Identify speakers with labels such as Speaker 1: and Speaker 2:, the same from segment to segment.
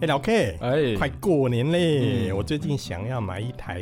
Speaker 1: 哎、老 K，、
Speaker 2: 哎，
Speaker 1: 快过年嘞！
Speaker 2: 嗯
Speaker 1: 我最近想要买一台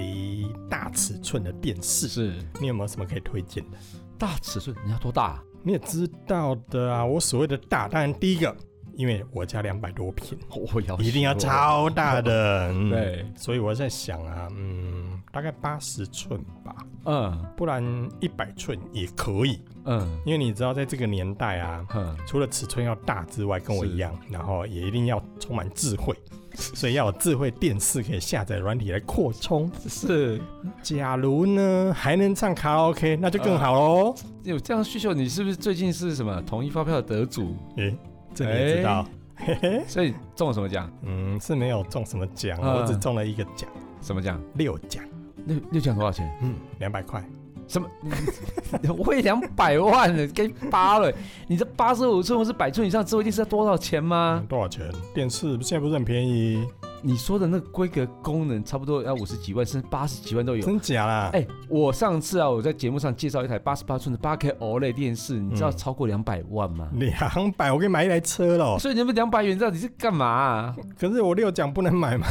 Speaker 1: 大尺寸的电视，
Speaker 2: 是
Speaker 1: 你有没有什么可以推荐的？
Speaker 2: 大尺寸，你要多大？
Speaker 1: 你也知道的啊，我所谓的大，当然第一个，因为我家两百多平，
Speaker 2: 我要
Speaker 1: 一定要超大的。嗯、
Speaker 2: 哦对，
Speaker 1: 所以我在想啊，嗯，大概八十寸吧，
Speaker 2: 嗯
Speaker 1: 不然一百寸也可以，
Speaker 2: 嗯
Speaker 1: 因为你知道，在这个年代啊，
Speaker 2: 哼，
Speaker 1: 除了尺寸要大之外，跟我
Speaker 2: 是
Speaker 1: 一样，然后也一定要充满智慧，所以要有智慧电视可以下载软体来扩充。
Speaker 2: 是
Speaker 1: 假如呢还能唱卡拉 OK，那就更好喽。
Speaker 2: 有这样需求，你是不是最近是什么统一发票的得主？
Speaker 1: 诶、这你也知道？嘿嘿，
Speaker 2: 所以中了什么奖？
Speaker 1: 嗯，是没有中什么奖，
Speaker 2: 嗯
Speaker 1: 我只中了一个奖，
Speaker 2: 什么奖？
Speaker 1: 六奖，
Speaker 2: 六六奖多少钱？
Speaker 1: 嗯，两百块。
Speaker 2: 什么？我也两百万了，给八了。你这八十五寸或是百寸以上，智慧电视要多少钱吗
Speaker 1: 嗯？多少钱？电视现在不是很便宜？
Speaker 2: 你说的那个规格、功能，差不多要五十几万，甚至八十几万都有。
Speaker 1: 真假啦？
Speaker 2: 哎、我上次啊，我在节目上介绍一台八十八寸的八 K OLED 电视，你知道
Speaker 1: 嗯
Speaker 2: 超过两百万吗？
Speaker 1: 两百、我可以买一台车了。
Speaker 2: 所以你们两百元到底是干嘛啊、
Speaker 1: 可是我六奖不能买嘛。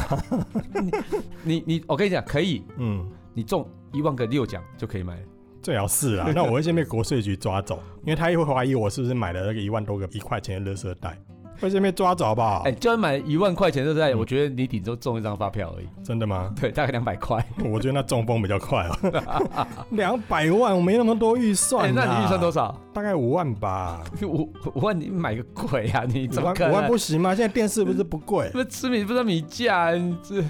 Speaker 2: 你你，我跟你讲，可以，
Speaker 1: 嗯，
Speaker 2: 你中一万个六奖就可以买了。
Speaker 1: 最好是啦，那我会先被国税局抓走，因为他也会怀疑我是不是买了那个一万多个一块钱的垃圾袋，会先被抓走好不好？
Speaker 2: 哎、就算买一万块钱，对不对？
Speaker 1: 嗯
Speaker 2: 我觉得你顶多中一张发票而已，
Speaker 1: 真的吗？
Speaker 2: 对，大概两百块。
Speaker 1: 我觉得那中风比较快哦， 两百万我没那么多预
Speaker 2: 哎
Speaker 1: 算、
Speaker 2: 那你预算多
Speaker 1: 少？
Speaker 2: 少？
Speaker 1: 大概五万吧，
Speaker 2: 五五万，你买个鬼啊！你
Speaker 1: 五
Speaker 2: 怎么
Speaker 1: 万
Speaker 2: 可
Speaker 1: 五万
Speaker 2: 能？
Speaker 1: 不行吗？现在电视不是不 贵，
Speaker 2: 不是吃米不知道米价，你这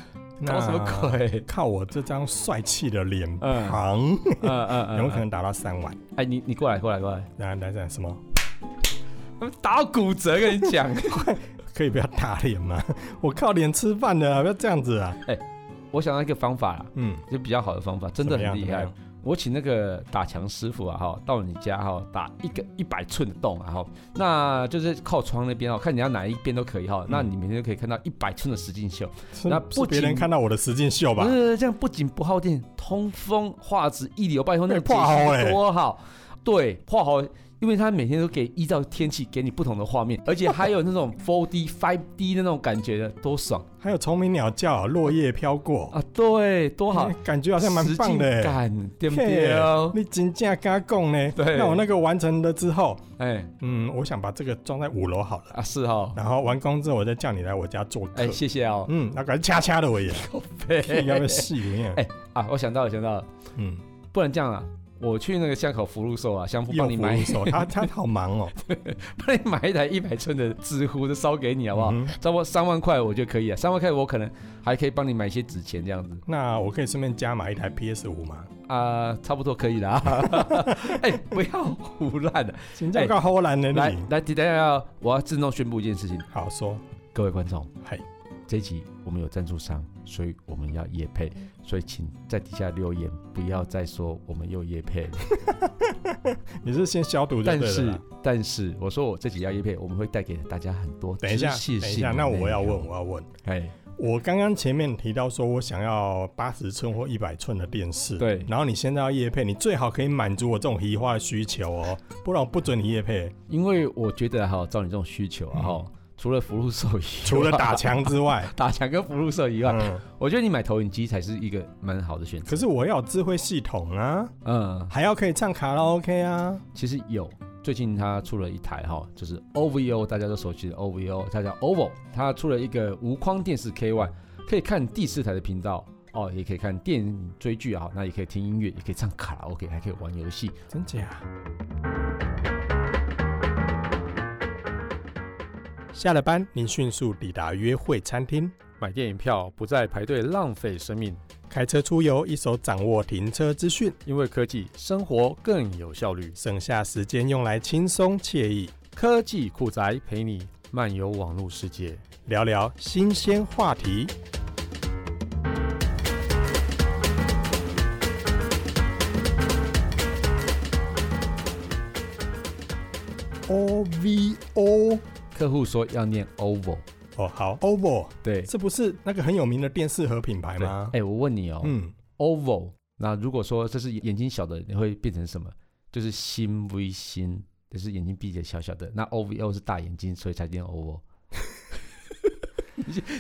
Speaker 2: 搞什么？鬼？
Speaker 1: 靠我这张帅气的脸
Speaker 2: 嗯
Speaker 1: 庞，
Speaker 2: 嗯嗯
Speaker 1: 有没有可能达到三万？
Speaker 2: 哎，你你过来过来过来，
Speaker 1: 来来来，什么？
Speaker 2: 打骨折跟你讲。
Speaker 1: 可以不要打脸吗？ 我靠脸吃饭的啊，不要这样子啊！
Speaker 2: 我想到一个方法啦，
Speaker 1: 嗯，
Speaker 2: 就比较好的方法，真的
Speaker 1: 怎么样
Speaker 2: 很厉
Speaker 1: 怎么
Speaker 2: 害
Speaker 1: 样。
Speaker 2: 我请那个打墙师傅啊，哈，到你家哈，打一个一百寸的洞啊，哈，那就是靠窗那边哦，看你要哪一边都可以
Speaker 1: 嗯
Speaker 2: 哈。那你每天都可以看到一百寸的实境秀，
Speaker 1: 是
Speaker 2: 那
Speaker 1: 是
Speaker 2: 不
Speaker 1: 别人
Speaker 2: 仅嗯
Speaker 1: 看到我的实境秀吧
Speaker 2: 不？是这样，不仅不耗电，通风画质一流，拜托
Speaker 1: 哎
Speaker 2: 那个
Speaker 1: 破好
Speaker 2: 解析
Speaker 1: 哎
Speaker 2: 多好，对，破好。因为它每天都给依照天气给你不同的 画面，而且还有那种 4D、5D 的那种感觉的，多爽
Speaker 1: 还有虫鸣鸟叫，落叶飘过，
Speaker 2: 啊！对，多好
Speaker 1: 欸，感 觉好像蛮棒的欸。
Speaker 2: 实境感对不
Speaker 1: 嘿
Speaker 2: 对？
Speaker 1: 你真正跟他讲呢？
Speaker 2: 对
Speaker 1: 那我那个完成了之后，
Speaker 2: 哎
Speaker 1: 嗯，我想把这个装在五楼好了，
Speaker 2: 啊，是哦，
Speaker 1: 然后完工之后，我再叫你来我家做客
Speaker 2: 哎，。谢谢哦，
Speaker 1: 嗯，那个恰恰的 我也，
Speaker 2: 嘿嘿
Speaker 1: 应该被戏里面
Speaker 2: 哎。啊，我想到了，想到了，
Speaker 1: 嗯，
Speaker 2: 不能这样啊。我去那个巷口福禄寿啊，香夫
Speaker 1: 又
Speaker 2: 帮你
Speaker 1: 扶
Speaker 2: 买，
Speaker 1: 手，他他好忙哦，
Speaker 2: 帮你买一台一百寸的纸糊的烧给 你，好不好？
Speaker 1: 嗯哼
Speaker 2: 差不多三万块我觉得可以啊，三万块我可能还可以帮你买一些纸钱这样子
Speaker 1: 那我可以顺便加买一台 PS 五吗？
Speaker 2: 啊、差不多可以 啦。哎、不要胡乱的，啊
Speaker 1: 请教个荷兰的
Speaker 2: 来
Speaker 1: 你，
Speaker 2: 来，等一下我要郑重宣布一件事情，
Speaker 1: 好说，
Speaker 2: 各位观众，
Speaker 1: 嘿，
Speaker 2: 这一集我们有赞助商，所以我们要夜配，所以请在底下留言，不要再说我们又夜配了。
Speaker 1: 你是先消毒就对
Speaker 2: 但
Speaker 1: 了
Speaker 2: 是
Speaker 1: 啦。，
Speaker 2: 但是，我说我这几要叶配，我们会带给大家很多
Speaker 1: 等一下，
Speaker 2: 知识性的
Speaker 1: 等一下，
Speaker 2: 内
Speaker 1: 那
Speaker 2: 容
Speaker 1: 我要问，，我要问。
Speaker 2: 哎，
Speaker 1: 我刚刚前面提到说，我想要八十寸或一百寸的电视，
Speaker 2: 对
Speaker 1: 然后你现在要夜配，你最好可以满足我这种移花的需求哦，不然我不准你夜配。
Speaker 2: 因为我觉得哈，照你这种需求啊哈，除了福禄寿以外，
Speaker 1: 嗯 除了打墙之外，
Speaker 2: 打墙跟福禄寿以外，
Speaker 1: 嗯，
Speaker 2: 我觉得你买投影机才是一个蛮好的选择。
Speaker 1: 可是我要有智慧系统啊，
Speaker 2: 嗯，
Speaker 1: 还要可以唱卡拉 OK 啊，
Speaker 2: 其实有。最近它出了一台哈，就是 OVO，大家都熟悉的 OVO，它叫 OVO，它出了一个无框电视 K One，可以看第四台的频道哦，也可以看电影追剧啊，那也可以听音乐，也可以唱卡拉 OK，还可以玩游戏。
Speaker 1: 真假？下了班，您迅速抵达约会餐厅，
Speaker 3: 买电影票不再排队浪费生命，
Speaker 1: 开车出游，一手掌握停车资讯，
Speaker 3: 因为科技生活更有效率。
Speaker 1: 省下时间用来轻松惬意。
Speaker 3: 科技酷宅陪你漫游网络世界。
Speaker 1: 聊聊新鲜话题。O V O
Speaker 2: 客户说要念 OVO，
Speaker 1: 哦，好，OVO，
Speaker 2: 对，
Speaker 1: 这不是那个很有名的电视盒品牌吗
Speaker 2: 哎、？我问你哦、
Speaker 1: 嗯，
Speaker 2: o v o 那如果说这是眼睛小的，你会变成什么？就是心微心，就是眼睛闭着小小的。那 OVO 是大眼睛，所以才念 OVO。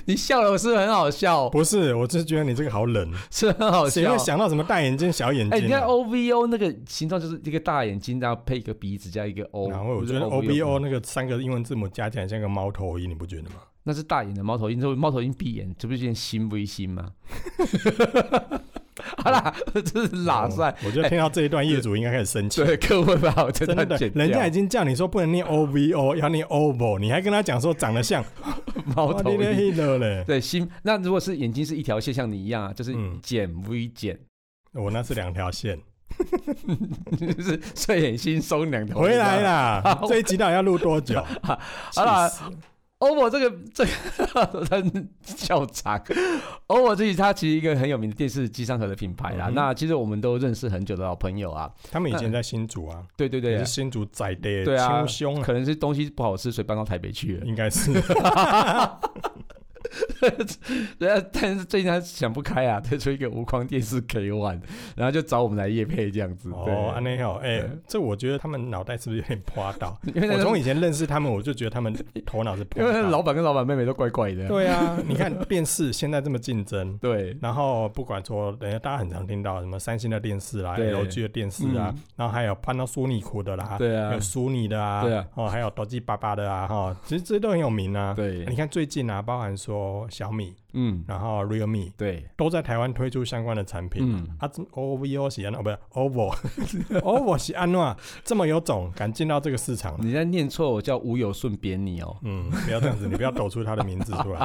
Speaker 2: 你笑了是不是很好笑，
Speaker 1: 不是，我只是觉得你这个好冷，
Speaker 2: 是很好
Speaker 1: 谁
Speaker 2: 哦笑
Speaker 1: 会。想到什么大眼睛、小眼
Speaker 2: 哎、你
Speaker 1: 睛
Speaker 2: 看
Speaker 1: 啊？
Speaker 2: OVO 那个形状就是一个大眼睛，然后配一个鼻子加一个 O，
Speaker 1: 然后我
Speaker 2: 不
Speaker 1: 觉
Speaker 2: 是
Speaker 1: 得 O B O 那个三个英文字母加起来像个猫头鹰，你不觉得吗？
Speaker 2: 那是大眼的猫头鹰，这猫头鹰闭眼，这不是有点心微 心吗？好啦，这是拉塞，
Speaker 1: 哦我觉得听到这一段，业主应该开始生气。
Speaker 2: 对各位把我这
Speaker 1: 真
Speaker 2: 段
Speaker 1: 的
Speaker 2: 剪，掉。
Speaker 1: 人家已经叫你说不能念 O V O，要念 OVO，你还跟他讲说长得 像
Speaker 2: 猫头
Speaker 1: 哇
Speaker 2: 鹰，
Speaker 1: 你的 hit 嘞！
Speaker 2: 对心。那如果是眼睛是一条线，像你一样啊，就是
Speaker 1: 嗯
Speaker 2: 减 V 减，
Speaker 1: 我那是两条线，
Speaker 2: 就是睡眼惺忪两头。啊
Speaker 1: 回来
Speaker 2: 了。
Speaker 1: 啦！
Speaker 2: 好
Speaker 1: 这一集到底要录多久？
Speaker 2: 好啦
Speaker 1: 气死，
Speaker 2: OVO 这个这个 他笑场，OVO 自己它其实一个很有名的电视机上盒的品牌啦。
Speaker 1: 嗯哼
Speaker 2: 那其实我们都认识很久的老朋友啊，
Speaker 1: 他们以前在新竹啊，
Speaker 2: 对 对对
Speaker 1: 也是，新竹在地
Speaker 2: 对啊
Speaker 1: 超凶 啊，
Speaker 2: 可能是东西不好吃，所以搬到台北去了。
Speaker 1: 应该是
Speaker 2: 对啊，但是最近他想不开啊，推出一个无框电视 K One，然后就找我们来夜配这样子。对，
Speaker 1: 哦，安内好，哎
Speaker 2: 对，
Speaker 1: 这我觉得他们脑袋是不是有点破到？
Speaker 2: 因为那
Speaker 1: 我
Speaker 2: 个
Speaker 1: 从以前认识他们，我就觉得他们头脑是破
Speaker 2: 因为那个
Speaker 1: 到。
Speaker 2: 老板跟老板妹妹都怪怪的。
Speaker 1: 对啊，你看电视现在这么竞争，
Speaker 2: 对
Speaker 1: 然后不管说，等下大家很常听到什么三星的电视啦、
Speaker 2: 对
Speaker 1: LG 的电视啊，
Speaker 2: 嗯
Speaker 1: 然后还有搬到索尼库的啦，
Speaker 2: 对啊
Speaker 1: 还有，索尼的啊，
Speaker 2: 对啊，
Speaker 1: 哦，还有斗鸡爸爸的啊，哈、其实这些都很有名啊。
Speaker 2: 对
Speaker 1: 你，看最近啊，包含说小米，
Speaker 2: 嗯，
Speaker 1: 然后 Realme
Speaker 2: 对，
Speaker 1: 都在台湾推出相关的产品。
Speaker 2: 嗯，
Speaker 1: 啊，这 OVO 是安哦，不是 OVO，OVO 是安诺，这么有种，敢进到这个市场了
Speaker 2: 你在念错，我叫吴有顺扁你哦。
Speaker 1: 嗯，不要这样子，你不要抖出他的名字出来。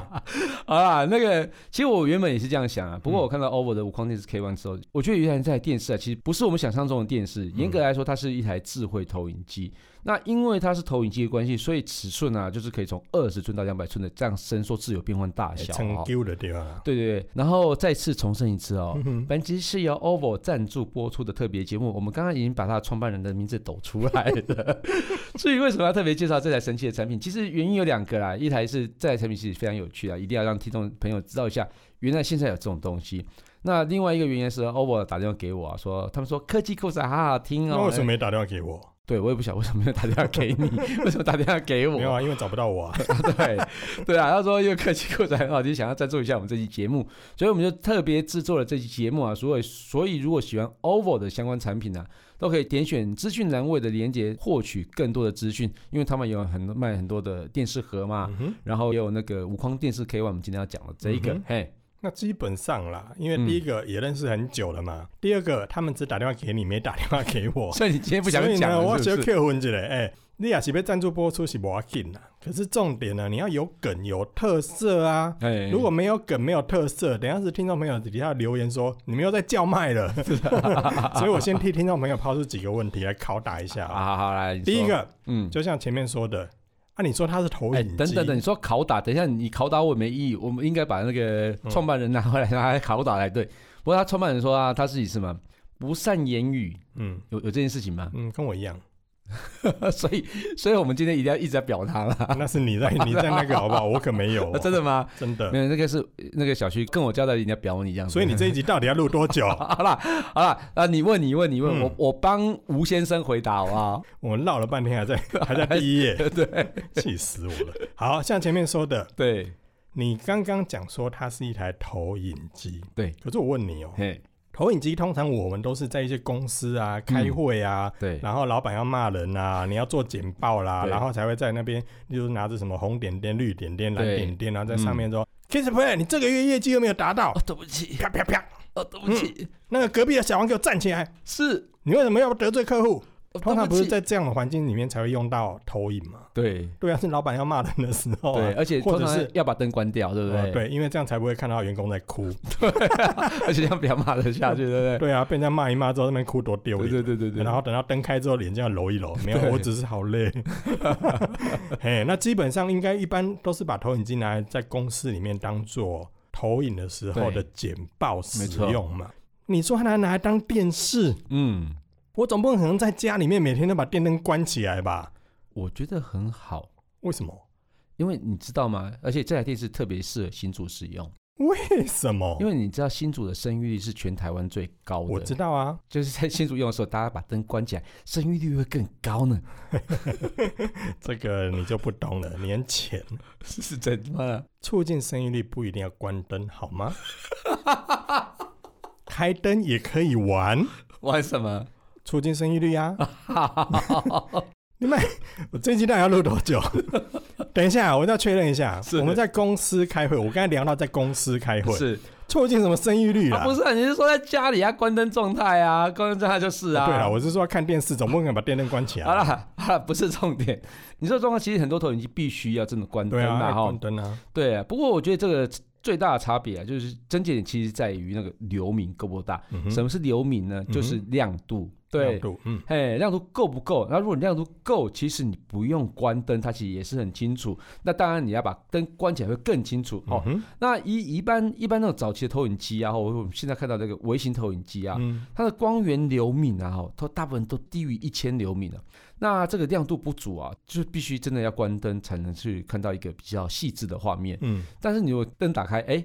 Speaker 2: 好啦，那个其实我原本也是这样想啊，不过
Speaker 1: 嗯
Speaker 2: 我看到 OVO 的无框电视 K One 之后，我觉得原来这台电视啊，其实不是我们想象中的电视，严
Speaker 1: 嗯
Speaker 2: 格来说，它是一台智慧投影机。那因为它是投影机的关系，所以尺寸啊，就是可以从二十寸到两百寸的这样伸缩自由变换大 小
Speaker 1: 哎成
Speaker 2: 哦。
Speaker 1: 丢的地方啊。
Speaker 2: 对对对，然后再次重申一次哦，
Speaker 1: 嗯哼
Speaker 2: 本集是由 OVO 赞助播出的特别节目，我们刚刚已经把它的创办人的名字抖出来了。 至于为什么要特别介绍这台神奇的产品，其实原因有两个啦，一台是这台产品其实非常有趣啊，一定要让听众朋友知道一下，原来现在有这种东西。那另外一个原因是 OVO 打电话给我啊，说他们说科技故事好好听
Speaker 1: 那
Speaker 2: 哦
Speaker 1: 为什，么没打电话给我？
Speaker 2: 对我也不晓得为什么没有打电话给你， 为什么打电话给我？
Speaker 1: 没有啊，因为找不到我啊。
Speaker 2: 对对啊，他说因为科技酷宅很好听，想要赞助一下我们这期节目，所以我们就特别制作了这期节目啊。所以所以如果喜欢 OVO 的相关产品啊，都可以点选资讯栏位的连接获取更多的资讯，因为他们有很多卖很多的电视盒嘛，
Speaker 1: 嗯哼
Speaker 2: 然后也有那个无框电视 K 1我们今天要讲的这一个，
Speaker 1: 嗯哼
Speaker 2: 嘿，
Speaker 1: 那基本上啦，因为第一
Speaker 2: 嗯
Speaker 1: 个也认识很久了嘛，第二个他们只打电话给你，没打电话给 我，
Speaker 2: 所以你今天不想
Speaker 1: 所以
Speaker 2: 讲
Speaker 1: 呢，我
Speaker 2: 了
Speaker 1: 要
Speaker 2: 是
Speaker 1: 学
Speaker 2: 不是？
Speaker 1: Q 混起来。哎、你也是被赞助播出是无要紧啦，可是重点呢，你要有梗有特色啊。
Speaker 2: 哎，
Speaker 1: 如果没有梗没有特色，等一下是听众朋友底下留言说你们又在叫卖了， 所以我先替听众朋友抛出几个问题来拷打一下
Speaker 2: 啊，
Speaker 1: 啊。
Speaker 2: 好好来，你说
Speaker 1: 第一，个，
Speaker 2: 嗯。
Speaker 1: 就像前面说的，啊，你说它是投
Speaker 2: 哎，
Speaker 1: 影机，
Speaker 2: 等等等，你说拷打，等一下你拷打我也没意义，我们应该把那个
Speaker 1: 嗯
Speaker 2: 创办人拿回来，拿来拷打来对。不过他创办人说啊，他自己是什么不善言语，
Speaker 1: 嗯
Speaker 2: 有有这件事情吗？
Speaker 1: 嗯，跟我一样。
Speaker 2: 所以所以我们今天一定要一直在表他啦。
Speaker 1: 那是你在你在那个好不好？我可没 有、
Speaker 2: 啊真的吗？
Speaker 1: 真的
Speaker 2: 没。有，那个是那个小区跟我交代，人家表你这样子。
Speaker 1: 所以你这一集到底要录多久？
Speaker 2: 好啦好啦，啊，你问你问你问、
Speaker 1: 嗯
Speaker 2: 我，我帮吴先生回答好啊 不好？
Speaker 1: 我们唠了半天还 在还在第一页，
Speaker 2: 对
Speaker 1: 气死我了。好像前面说的，
Speaker 2: 对
Speaker 1: 你刚刚讲说它是一台投影机，
Speaker 2: 对。
Speaker 1: 可是我问你哦、
Speaker 2: 嘿，
Speaker 1: 投影机通常我们都是在一些公司啊、开会啊，
Speaker 2: 嗯对
Speaker 1: 然后老板要骂人啊，你要做简报啦，
Speaker 2: 对
Speaker 1: 然后才会在那边，就是拿着什么红点点、绿点点、蓝
Speaker 2: 对
Speaker 1: 点点，然后在上面说 “Kiss Play”，你这个月业绩又没有达到
Speaker 2: 哦，，对不起，
Speaker 1: 啪啪啪，
Speaker 2: 哦，对不起，
Speaker 1: 那个隔壁的小王给我站起来，
Speaker 2: 是，
Speaker 1: 你为什么要得罪客户？
Speaker 2: 哦
Speaker 1: 通常不是
Speaker 2: 对起
Speaker 1: 在这样的环境里面才会用到投影嘛？
Speaker 2: 对
Speaker 1: 对啊，是老板要骂人的时候、啊，
Speaker 2: 对，而且
Speaker 1: 或
Speaker 2: 通
Speaker 1: 者
Speaker 2: 常
Speaker 1: 是
Speaker 2: 要把灯关掉，对不
Speaker 1: 呃
Speaker 2: 对？，
Speaker 1: 对，因为这样才不会看到员工在哭。
Speaker 2: 而且这样比较骂得下去，对不
Speaker 1: 对啊，被人家骂一骂之后，那边哭多丢
Speaker 2: 对？对
Speaker 1: 脸。
Speaker 2: 对对对对。
Speaker 1: 然后等到灯开之后，脸这样揉一 揉，没有，
Speaker 2: 对
Speaker 1: 我只是好 累。嘿，那基本上应该一般都是把投影机拿来在公司里面当做投影的时候
Speaker 2: 对
Speaker 1: 的简报
Speaker 2: 没
Speaker 1: 使
Speaker 2: 错
Speaker 1: 用嘛。你说它拿来当电视，
Speaker 2: 嗯，
Speaker 1: 我总不可能在家里面每天都把电灯关起来吧？
Speaker 2: 我觉得很好，
Speaker 1: 为什么？哦
Speaker 2: 因为你知道吗？而且这台电视特别适合新竹使用，
Speaker 1: 为什么？
Speaker 2: 因为你知道新竹的生育率是全台湾最高
Speaker 1: 我知
Speaker 2: 的，
Speaker 1: 道 啊，
Speaker 2: 就是在新竹用的时候，大家把灯关起来，生育率会更高呢，
Speaker 1: 这个你就不懂了，年前
Speaker 2: 是真的吗？
Speaker 1: 促进生育率不一定要关灯，好吗？ 开灯也可以玩，
Speaker 2: 玩什么？
Speaker 1: 促进生育率 啊！你们，我这一期到底要录多 久？等一下，我要确认一下
Speaker 2: 是，
Speaker 1: 我们在公司开会，我刚才聊到在公司开会，
Speaker 2: 是
Speaker 1: 促进什么生育率
Speaker 2: 啊，
Speaker 1: 啊？
Speaker 2: 不是啊，你是说在家里啊，关灯状态啊，关灯状态就是啊。
Speaker 1: 哦对了，我是说要看电视，总不可能把电灯关起来。啊
Speaker 2: 好啦，好啦，不是重点。你这个状况其实很多投影机必须要真的关灯
Speaker 1: 对啊，
Speaker 2: 啊，
Speaker 1: 要
Speaker 2: 哈、
Speaker 1: 关灯啊，
Speaker 2: 对啊。不过我觉得这个最大的差别啊，就是症结点其实在于那个流明够不够大。
Speaker 1: 嗯哼
Speaker 2: 什么是流明呢？就是亮度。对
Speaker 1: 亮，度嗯，
Speaker 2: 哎，亮度够不够？那如果你亮度够，其实你不用关灯，它其实也是很清楚。那当然你要把灯关起来会更清楚哦。
Speaker 1: 嗯
Speaker 2: 那一一般一般那种早期的投影机啊，或我们现在看到这个微型投影机啊
Speaker 1: 哼，嗯，
Speaker 2: 它的光源流敏啊，哈，它大部分都低于一千流敏了。那这个亮度不足啊，就是必须真的要关灯才能去看到一个比较细致的画面。
Speaker 1: 嗯，
Speaker 2: 但是你如果灯打开，哎，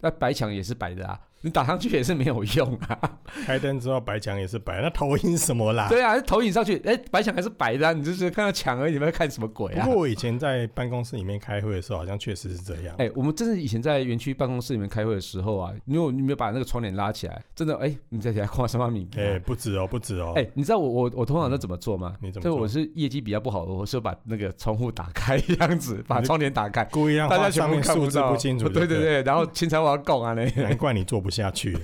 Speaker 2: 那白墙也是白的啊，你打上去也是没有用 啊。
Speaker 1: 开灯之后白墙也是白，那投影什么啦？
Speaker 2: 对啊，投影上去，哎，白墙还是白的、啊，你就是看到墙而已，你们在看什么鬼
Speaker 1: 不
Speaker 2: 啊
Speaker 1: 过？我以前在办公室里面开会的时候，好像确实是这样。
Speaker 2: 哎、我们真的以前在园区办公室里面开会的时候啊，如果你没有把那个窗帘拉起来，真的哎、你在底下看什么名？
Speaker 1: 哎，不止哦，不止哦
Speaker 2: 哎、，你知道我我我通常都怎么做吗？
Speaker 1: 嗯你怎么
Speaker 2: 就
Speaker 1: 做
Speaker 2: 我是业绩比较不好，我是把那个窗户打开这样子，把窗帘打开，
Speaker 1: 故意让
Speaker 2: 大家
Speaker 1: 画
Speaker 2: 全
Speaker 1: 上
Speaker 2: 部
Speaker 1: 面
Speaker 2: 看
Speaker 1: 数字
Speaker 2: 到
Speaker 1: 不清楚。
Speaker 2: 对
Speaker 1: 对
Speaker 2: 对
Speaker 1: 了，
Speaker 2: 对，然后清朝我要供啊嘞，
Speaker 1: 难怪你做不下 去，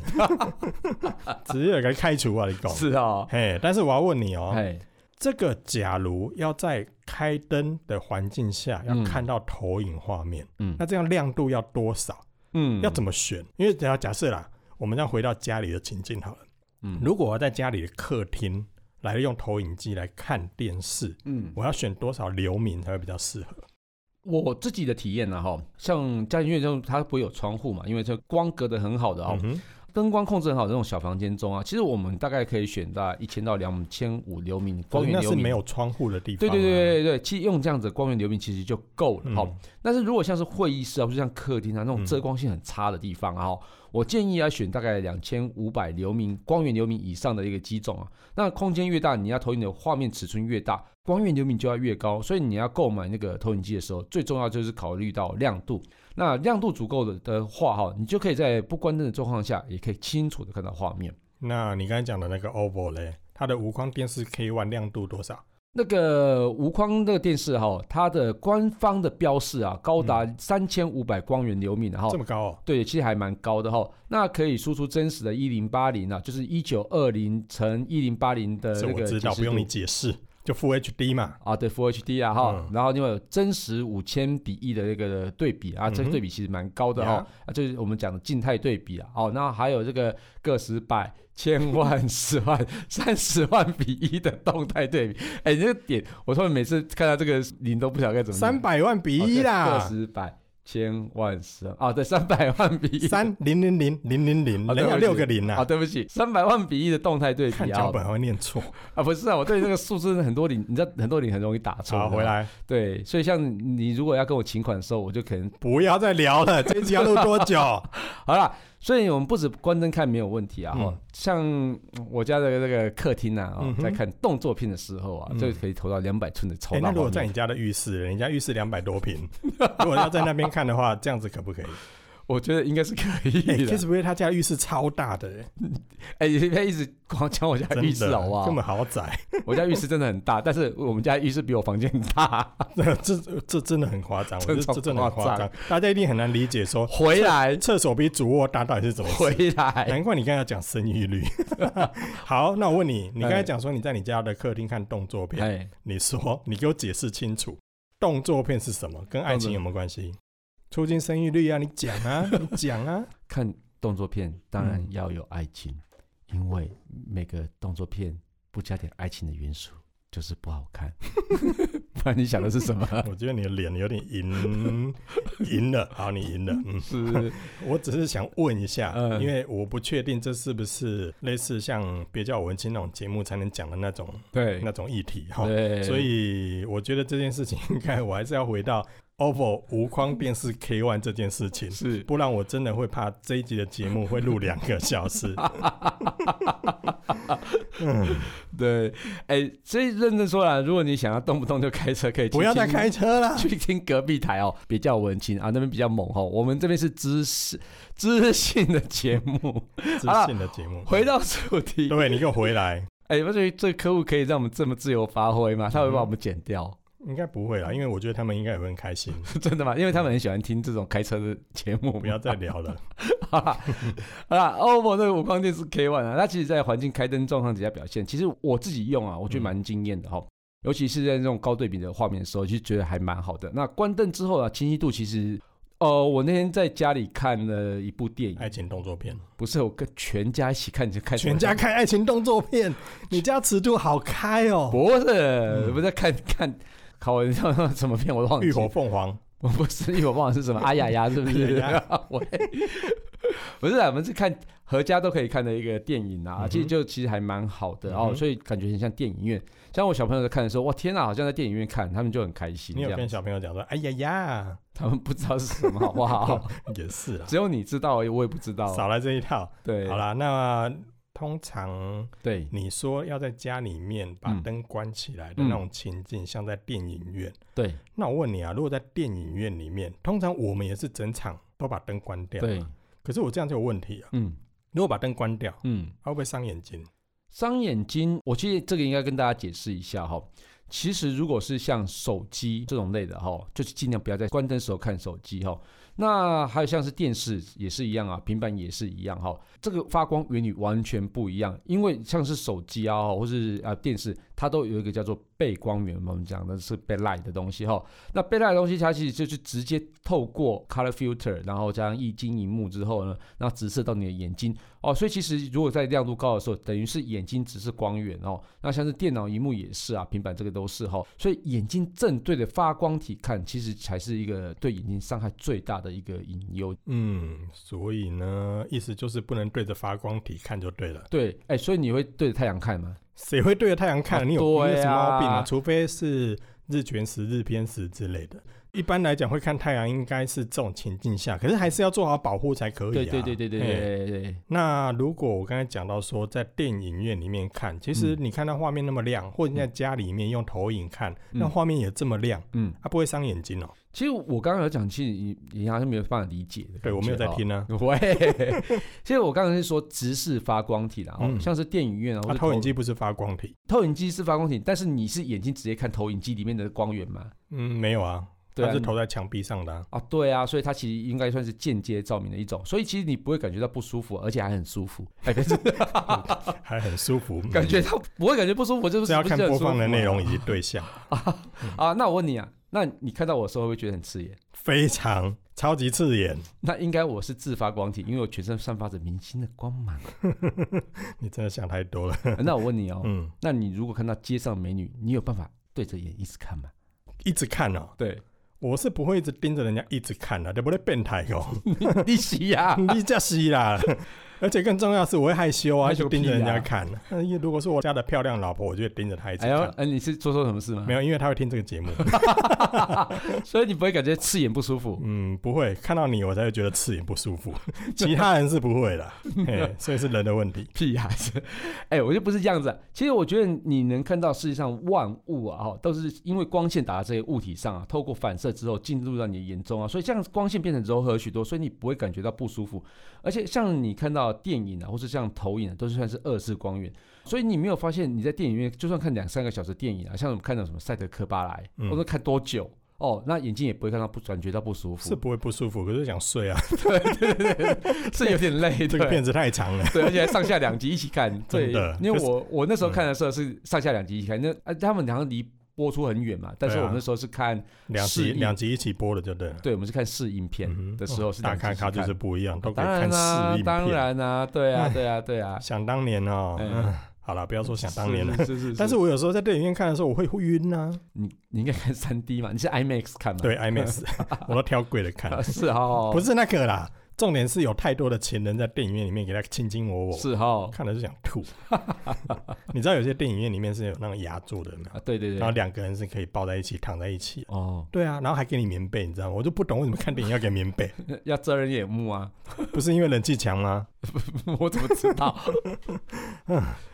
Speaker 1: 职业该开除啊，你讲。
Speaker 2: 是哦，
Speaker 1: 嘿，但是我要问你哦，
Speaker 2: 哎，
Speaker 1: 这个假如要在开灯的环境下要
Speaker 2: 嗯
Speaker 1: 看到投影画面，
Speaker 2: 嗯
Speaker 1: 那这样亮度要多少？
Speaker 2: 嗯
Speaker 1: 要怎么选？因为只要假设啦，我们要回到家里的情境好了。
Speaker 2: 嗯
Speaker 1: 如果我要在家里的客厅来用投影机来看电视，
Speaker 2: 嗯，
Speaker 1: 我要选多少流明才会比较适合？
Speaker 2: 我自己的体验呢、啊哈，像家庭院这种它不会有窗户嘛，因为这光隔得很好的哦，
Speaker 1: 嗯哼，
Speaker 2: 灯光控制很好的那种小房间中啊，其实我们大概可以选到一千到两千五流明光源
Speaker 1: 哦那
Speaker 2: 流
Speaker 1: 是
Speaker 2: 明，
Speaker 1: 没有窗户的地方、
Speaker 2: 对
Speaker 1: 啊。
Speaker 2: 对对对对，其实用这样子的光源流明其实就够了。
Speaker 1: 嗯
Speaker 2: 好、但是如果像是会议室啊，就像客厅啊那种
Speaker 1: 嗯
Speaker 2: 遮光性很差的地方啊，哦我建议要选大概两千五百流明光源流明以上的一个机种啊。那空间越大，你要投影的画面尺寸越大，光源流明就要越高。所以你要购买那个投影机的时候，最重要就是考虑到亮度。那亮度足够的的话哈，你就可以在不关灯的状况下，也可以清楚的看到画面。
Speaker 1: 那你刚才讲的那个 OVO 嘞，它的无框电视 K One 亮度多少？
Speaker 2: 那个无框的电视哈、它的官方的标示啊，高达三千五百光源啊流敏哈、
Speaker 1: 嗯这么高哦？
Speaker 2: 对，其实还蛮高的哈、那可以输出真实的1080啊，就是1920乘1080的
Speaker 1: 这
Speaker 2: 呃那
Speaker 1: 我
Speaker 2: 个
Speaker 1: 知
Speaker 2: 解
Speaker 1: 道，
Speaker 2: 析
Speaker 1: 不用
Speaker 2: 度
Speaker 1: 你解释，就 Full HD 嘛。
Speaker 2: 啊，对 Full HD 啊哈、
Speaker 1: 嗯
Speaker 2: 然后另外有真实五千比一的那个对比啊，这
Speaker 1: 嗯
Speaker 2: 个
Speaker 1: 哼
Speaker 2: 对比其实蛮高的哈、
Speaker 1: 呀
Speaker 2: 啊，就是我们讲的静态对比啊，哦，那还有这个个十百千万 十万三十万比一的动态对比，哎，你这个点，我突然每次看到这个零都不晓得该怎么哦
Speaker 1: 三百万比一
Speaker 2: 个
Speaker 1: 啦，
Speaker 2: 十百千万十万啊，对，三百万比一
Speaker 1: 三零零零零零零，
Speaker 2: 啊对
Speaker 1: 人家
Speaker 2: 不起
Speaker 1: 六个零
Speaker 2: 啊，
Speaker 1: 呐。
Speaker 2: 对不起，三百万比一的动态对
Speaker 1: 看
Speaker 2: 比啊
Speaker 1: 脚，本还会念错。
Speaker 2: 啊不是啊，我对这个数字很多零，你知道很多零很容易打错。
Speaker 1: 好，回。来，
Speaker 2: 对，所以像你如果要跟我请款的时候，我就可能
Speaker 1: 不要再聊了，这一集要录多久？
Speaker 2: 好啦，所以我们不止关灯看没有问题啊，哈、
Speaker 1: 嗯
Speaker 2: 像我家的这个客厅啊，哦
Speaker 1: 嗯哼
Speaker 2: 在看动作片的时候啊，
Speaker 1: 嗯
Speaker 2: 就可以投到两百寸的超
Speaker 1: 哎、
Speaker 2: 大
Speaker 1: 那如
Speaker 2: 画
Speaker 1: 果在
Speaker 2: 面。
Speaker 1: 你家的浴室，人家浴室两百多平， 如果要在那边看的话，这样子可 不可以？
Speaker 2: 我觉得应该是可
Speaker 1: 哎、
Speaker 2: 以
Speaker 1: 其
Speaker 2: 的。
Speaker 1: 实不是他家浴室超大 的、欸，
Speaker 2: 哎、你不要一直光讲我家
Speaker 1: 真的
Speaker 2: 浴室好不好
Speaker 1: 根？本豪宅，
Speaker 2: 我家浴室真的很大，但是我们家浴室比我房间 大。
Speaker 1: 这这这真的很夸张，我觉
Speaker 2: 真
Speaker 1: 得
Speaker 2: 的
Speaker 1: 这真的很夸
Speaker 2: 夸张
Speaker 1: 张，大家一定很难理解说
Speaker 2: 回来，
Speaker 1: 厕所比主卧大到底是怎么回事。
Speaker 2: 回来，
Speaker 1: 难怪你刚才要讲生育率。 好，那我问你，你刚才讲说你在你家的客厅看动作片，
Speaker 2: 哎，
Speaker 1: 你说你给我解释清楚，动作片是什么，跟爱情有没有关系？促进生育率啊，你讲啊，你讲啊。
Speaker 2: 看动作片当然
Speaker 1: 嗯
Speaker 2: 要有爱情，因为每个动作片不加点爱情的元素就是不好看。 不然你想的是什么？
Speaker 1: 我觉得你的脸有点 赢，赢了，好，你赢了。嗯，
Speaker 2: 是
Speaker 1: 我只是想问一下，
Speaker 2: 嗯
Speaker 1: 因为我不确定这是不是类似像别叫我文青那种节目才能讲的那种
Speaker 2: 对
Speaker 1: 那种议题哈。哦
Speaker 2: 对，
Speaker 1: 所以我觉得这件事情应该我还是要回到 OVO 无框电视 K One 这件事情，
Speaker 2: 是
Speaker 1: 不然我真的会怕这一集的节目会录两个小 时。
Speaker 2: 啊
Speaker 1: 嗯，
Speaker 2: 对，哎、所以认真说啦，如果你想要动不动就开车，可以去
Speaker 1: 不要再
Speaker 2: 听
Speaker 1: 开车了。
Speaker 2: 去听隔壁台哦，别叫文青啊，那边比较猛哦。我们这边是知识知性的节 目。
Speaker 1: 自
Speaker 2: 好了
Speaker 1: 信的节目，
Speaker 2: 回到主题，
Speaker 1: 对你给我回来，
Speaker 2: 哎，我觉得这个客户可以让我们这么自由发挥吗？他会把
Speaker 1: 嗯
Speaker 2: 我们剪掉，
Speaker 1: 应该不会啦，因为我觉得他们应该也会很开 心。
Speaker 2: 真的吗？因为他们很喜欢听这种开车的节目。
Speaker 1: 不要再聊了，
Speaker 2: 好啦，好啦，OPPO 那个无框电视 K One 啊，它其实在环境开灯状况底下表现，其实我自己用啊，我觉得蛮惊艳的哈、尤其是在这种高对比的画面的时候，就觉得还蛮好的。那关灯之后啊，清晰度其实，呃，我那天在家里看了一部电影，
Speaker 1: 爱情动作片，
Speaker 2: 不是我跟全家一起看，就看
Speaker 1: 哎全家看爱情动作 片，你家尺度好开哦。
Speaker 2: 不是，我们在看看。考完什么片我忘记
Speaker 1: 浴火
Speaker 2: 了，
Speaker 1: 凤凰，
Speaker 2: 我不是浴火忘了 是什么，阿雅雅是不是
Speaker 1: 哎？
Speaker 2: 我不是啊，我们是看合家都可以看的一个电影啊，
Speaker 1: 嗯哼
Speaker 2: 其实就其实还蛮好的
Speaker 1: 嗯
Speaker 2: 哦，
Speaker 1: 哼
Speaker 2: 所以感觉很像电影院。像我小朋友在看的时候，哇天啊，好像在电影院看，他们就很开心
Speaker 1: 你
Speaker 2: 这
Speaker 1: 有
Speaker 2: 样
Speaker 1: 跟。小朋友讲说，哎呀呀，
Speaker 2: 他们不知道是什么，好 不好？
Speaker 1: 也是啦，
Speaker 2: 只有你知道而已，我也不知道。
Speaker 1: 少来这一套。
Speaker 2: 啊对，
Speaker 1: 好啦，那通常
Speaker 2: 对，
Speaker 1: 你说要在家里面把
Speaker 2: 嗯
Speaker 1: 灯关起来的那种情境，像在电影院。
Speaker 2: 对，
Speaker 1: 那我问你啊，如果在电影院里面，通常我们也是整场都把灯关掉。
Speaker 2: 对。，
Speaker 1: 可是我这样就有问题啊，
Speaker 2: 嗯
Speaker 1: 如果把灯关掉，
Speaker 2: 嗯。
Speaker 1: 它会不会伤眼睛？
Speaker 2: 伤眼睛，我其实这个应该跟大家解释一下哈。其实如果是像手机这种类的哈，就是尽量不要在关灯时候看手机哈。那还有像是电视也是一样啊，平板也是一样哈。这个发光原理完全不一样，因为像是手机啊，或是啊电视，它都有一个叫做背光源，我们讲的是背 light 的东西哈。那背 light 的东西，它其实就是直接透过 color filter，然后加上液晶荧幕之后呢，然后直射到你的眼睛。哦，所以其实如果在亮度高的时候，等于是眼睛只是光源哦。那像是电脑荧幕也是啊，平板这个都是哈、哦。所以眼睛正对着发光体看，其实才是一个对眼睛伤害最大的一个隐忧。
Speaker 1: 嗯，所以呢，意思就是不能对着发光体看就对了。
Speaker 2: 对，哎，所以你会对着太阳看吗？
Speaker 1: 谁会对着太阳看？
Speaker 2: 啊
Speaker 1: 你有
Speaker 2: 对啊
Speaker 1: 你有什么毛病啊？除非是日全食、日偏食之类的。一般来讲，会看太阳应该是这种情境下，可是还是要做好保护才可以、啊。
Speaker 2: 对对对对对对
Speaker 1: 嘿
Speaker 2: 对对对，
Speaker 1: 那如果我刚才讲到说，在电影院里面看，其实你看到画面那么
Speaker 2: 嗯
Speaker 1: 亮，或者你在家里面用投影看，那画面也这么亮，
Speaker 2: 嗯，
Speaker 1: 它、不会伤眼睛哦、
Speaker 2: 其实我刚刚有讲，其实你你好像没有办法理解的。哦
Speaker 1: 对我没有在。听啊呢、
Speaker 2: 喂， 其实我刚才是说直视发光体啦，哦，
Speaker 1: 嗯
Speaker 2: 像是电影院啊，
Speaker 1: 啊。
Speaker 2: 或者
Speaker 1: 投影机不是发光体？
Speaker 2: 投影机是发光体，但是你是眼睛直接看投影机里面的光源嘛？
Speaker 1: 嗯，没有啊，
Speaker 2: 对啊
Speaker 1: 它是投在墙壁上的、啊。
Speaker 2: 啊，对啊，所以它其实应该算是间接照明的一种，所以其实你不会感觉到不舒服，而且还很舒服， 哎，可是
Speaker 1: 还很舒服，嗯
Speaker 2: 感觉到不会感觉不舒服，就是
Speaker 1: 是要
Speaker 2: 不是
Speaker 1: 看
Speaker 2: 很
Speaker 1: 播
Speaker 2: 舒
Speaker 1: 放的
Speaker 2: 服
Speaker 1: 内
Speaker 2: 啊
Speaker 1: 容以及对象，
Speaker 2: 啊。那我问你啊，那你看到我的时候会不会觉得很刺眼？
Speaker 1: 非常超级刺眼。
Speaker 2: 那应该我是自发光体，因为我全身散发着明星的光 芒。
Speaker 1: 你真的想太多了，
Speaker 2: 啊那我问你哦，
Speaker 1: 嗯，
Speaker 2: 那你如果看到街上美女，你有办法对着眼一直看吗？
Speaker 1: 一直看哦，
Speaker 2: 对，
Speaker 1: 我是不会一直盯着人家一直看啊的，对不对？变态哦，
Speaker 2: 利息呀，
Speaker 1: 你这是啦。 而且更重要的是，我会害羞啊，
Speaker 2: 害
Speaker 1: 一
Speaker 2: 羞
Speaker 1: 直
Speaker 2: 个
Speaker 1: 盯着人
Speaker 2: 屁啊
Speaker 1: 家看。那如果是我家的漂亮老婆，我就会盯着 她一直
Speaker 2: 哎呦，
Speaker 1: 看。
Speaker 2: 哎，你是做错什么事吗？
Speaker 1: 没有，因为她会听这个节目。
Speaker 2: 有，所以你不会感觉刺眼不舒服。
Speaker 1: 嗯，不会，看到你我才会觉得刺眼不舒服， 其他人是不会 的，嘿所以是人的问题。
Speaker 2: 屁孩子，哎、我就不是这样子啊、其实我觉得你能看到世界上万物啊，哈，都是因为光线打到这些物体上啊，透过反射之后进入到你的眼中啊，所以这样光线变成柔和许多，所以你不会感觉到不舒服。而且像你看到电影啊，或是像投影啊，都是算是二次光源，所以你没有发现你在电影院就算看两三个小时电影啊，像我们看到什么《赛德克巴莱》
Speaker 1: 嗯
Speaker 2: 我说看多久哦，那眼睛也不会看到不感觉到不舒服，
Speaker 1: 是不会不舒服，可是想睡啊。
Speaker 2: 是有点累，
Speaker 1: 这
Speaker 2: 对
Speaker 1: 个片子太长了，
Speaker 2: 对，而且还上下两集一起看，对
Speaker 1: 真的，
Speaker 2: 因为
Speaker 1: 就是
Speaker 2: 我我那时候看的时候是上下两集一起看，那啊他们好像离播出很远嘛，但是
Speaker 1: 对
Speaker 2: 我
Speaker 1: 啊
Speaker 2: 们那时候是看，
Speaker 1: 两
Speaker 2: 是
Speaker 1: 集两集一起播的就对了。
Speaker 2: 对，我们是看试影片
Speaker 1: 嗯哼
Speaker 2: 的时候
Speaker 1: 哦
Speaker 2: 是
Speaker 1: 大
Speaker 2: 两集
Speaker 1: 咖
Speaker 2: 一起
Speaker 1: 咖
Speaker 2: 看，哦
Speaker 1: 就是不一样，都可以
Speaker 2: 当然
Speaker 1: 看
Speaker 2: 啦
Speaker 1: 试映，
Speaker 2: 当
Speaker 1: 片。
Speaker 2: 然啦，对啊，
Speaker 1: 哎
Speaker 2: 对啊，对啊，
Speaker 1: 想当年哦，
Speaker 2: 哎
Speaker 1: 嗯好 了，不要说想当年了。
Speaker 2: 是是是，
Speaker 1: 但是我有时候在电影院看的时候，我会晕啊。
Speaker 2: 你你应该看三 D 嘛，你是 IMAX 看嘛？
Speaker 1: 对 IMAX，我都挑贵的看
Speaker 2: 啊，，是哦，
Speaker 1: 不是那个啦，重点是有太多的情人在电影院里面给他卿卿我我，
Speaker 2: 是哦哈
Speaker 1: 看了就想 吐。你知道有些电影院里面是有那种牙座的嘛，
Speaker 2: 啊，对对
Speaker 1: 然后
Speaker 2: 对，
Speaker 1: 两个人是可以抱在一起躺在一起的。
Speaker 2: 哦，
Speaker 1: 对啊，然后还给你棉被，你知道吗？我就不懂为什么看电影要给棉被，
Speaker 2: 要遮人眼目啊，
Speaker 1: 不是因为冷气强吗？
Speaker 2: 我怎么知 道？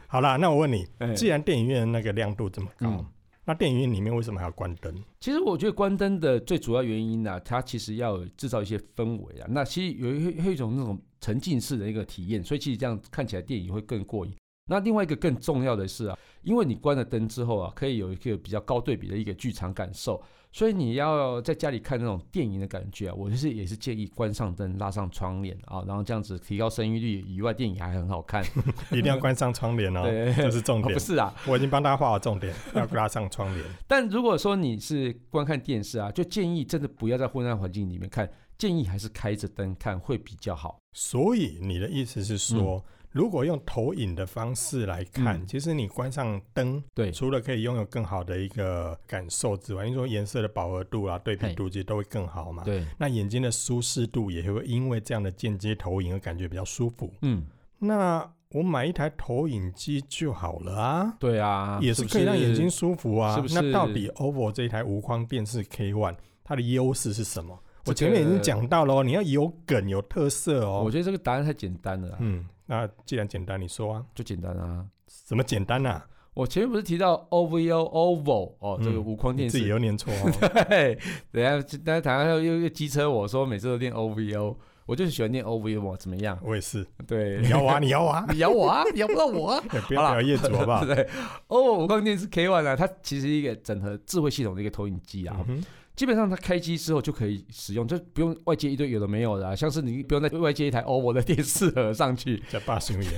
Speaker 1: 好啦，那我问你，
Speaker 2: 哎
Speaker 1: 既然电影院那个亮度这么高，
Speaker 2: 嗯
Speaker 1: 那电影院里面为什么还要关灯？
Speaker 2: 其实我觉得关灯的最主要原因呢、它其实要有制造一些氛围啊。那其实有一会会有一种那种沉浸式的一个体验，所以其实这样看起来电影会更过瘾。那另外一个更重要的是啊，因为你关了灯之后啊，可以有一个比较高对比的一个剧场感受，所以你要在家里看那种电影的感觉啊，我就是也是建议关上灯，拉上窗帘啊，然后这样子提高生育率以外，电影还很好看。
Speaker 1: 一定要关上窗帘哦，
Speaker 2: 对
Speaker 1: 这是重
Speaker 2: 啊、
Speaker 1: 点。
Speaker 2: 不是啊，
Speaker 1: 我已经帮大家画好 重点，要拉上窗帘。
Speaker 2: 但如果说你是观看电视啊，就建议真的不要在昏暗环境里面看，建议还是开着灯看会比较好。
Speaker 1: 所以你的意思是说，如果用投影的方式来看，
Speaker 2: 嗯
Speaker 1: 其实你关上灯，
Speaker 2: 对
Speaker 1: 除了可以拥有更好的一个感受之外，因为说颜色的饱和度啊、对比度其实都会更好嘛。
Speaker 2: 对，
Speaker 1: 那眼睛的舒适度也会因为这样的间接投影而感觉比较舒服。
Speaker 2: 嗯，
Speaker 1: 那我买一台投影机就好了啊。
Speaker 2: 对啊，
Speaker 1: 也是可以让眼睛舒服啊。
Speaker 2: 是不是
Speaker 1: 那到底 OVO 这一台无框电视 K One 它的优势是什么？我前面已经讲到了哦，你要有梗有特色
Speaker 2: 哦。我
Speaker 1: 哦。
Speaker 2: 觉得这个答案太简单了啊、
Speaker 1: 嗯，那既然简单，你说啊，
Speaker 2: 就简单啊。
Speaker 1: 怎么简单啊？
Speaker 2: 我前面不是提到 OVO OVO 哦，这个
Speaker 1: 嗯
Speaker 2: 无框
Speaker 1: 你
Speaker 2: 电
Speaker 1: 自己
Speaker 2: 视。
Speaker 1: 又念错 哦。
Speaker 2: 嘿，等一下，等一下，台下又又机车我说每次都念 OVO，我就是喜欢念 OVO，怎么样？
Speaker 1: 我也是，
Speaker 2: 对
Speaker 1: 你，咬 我啊，你咬我啊，
Speaker 2: 你咬我啊，你咬不到我啊。
Speaker 1: 哎不要
Speaker 2: 好啦
Speaker 1: 表业主好不 好？
Speaker 2: 对，哦，无框电视 K One 啊，它其实是一个整合智慧系统的一个投影机啊。
Speaker 1: 嗯哼
Speaker 2: 基本上它开机之后就可以使用，就不用外接一堆有的没有的、啊，像是你不用再外接一台 OVO 的电视盒上去，
Speaker 1: 叫霸雄言，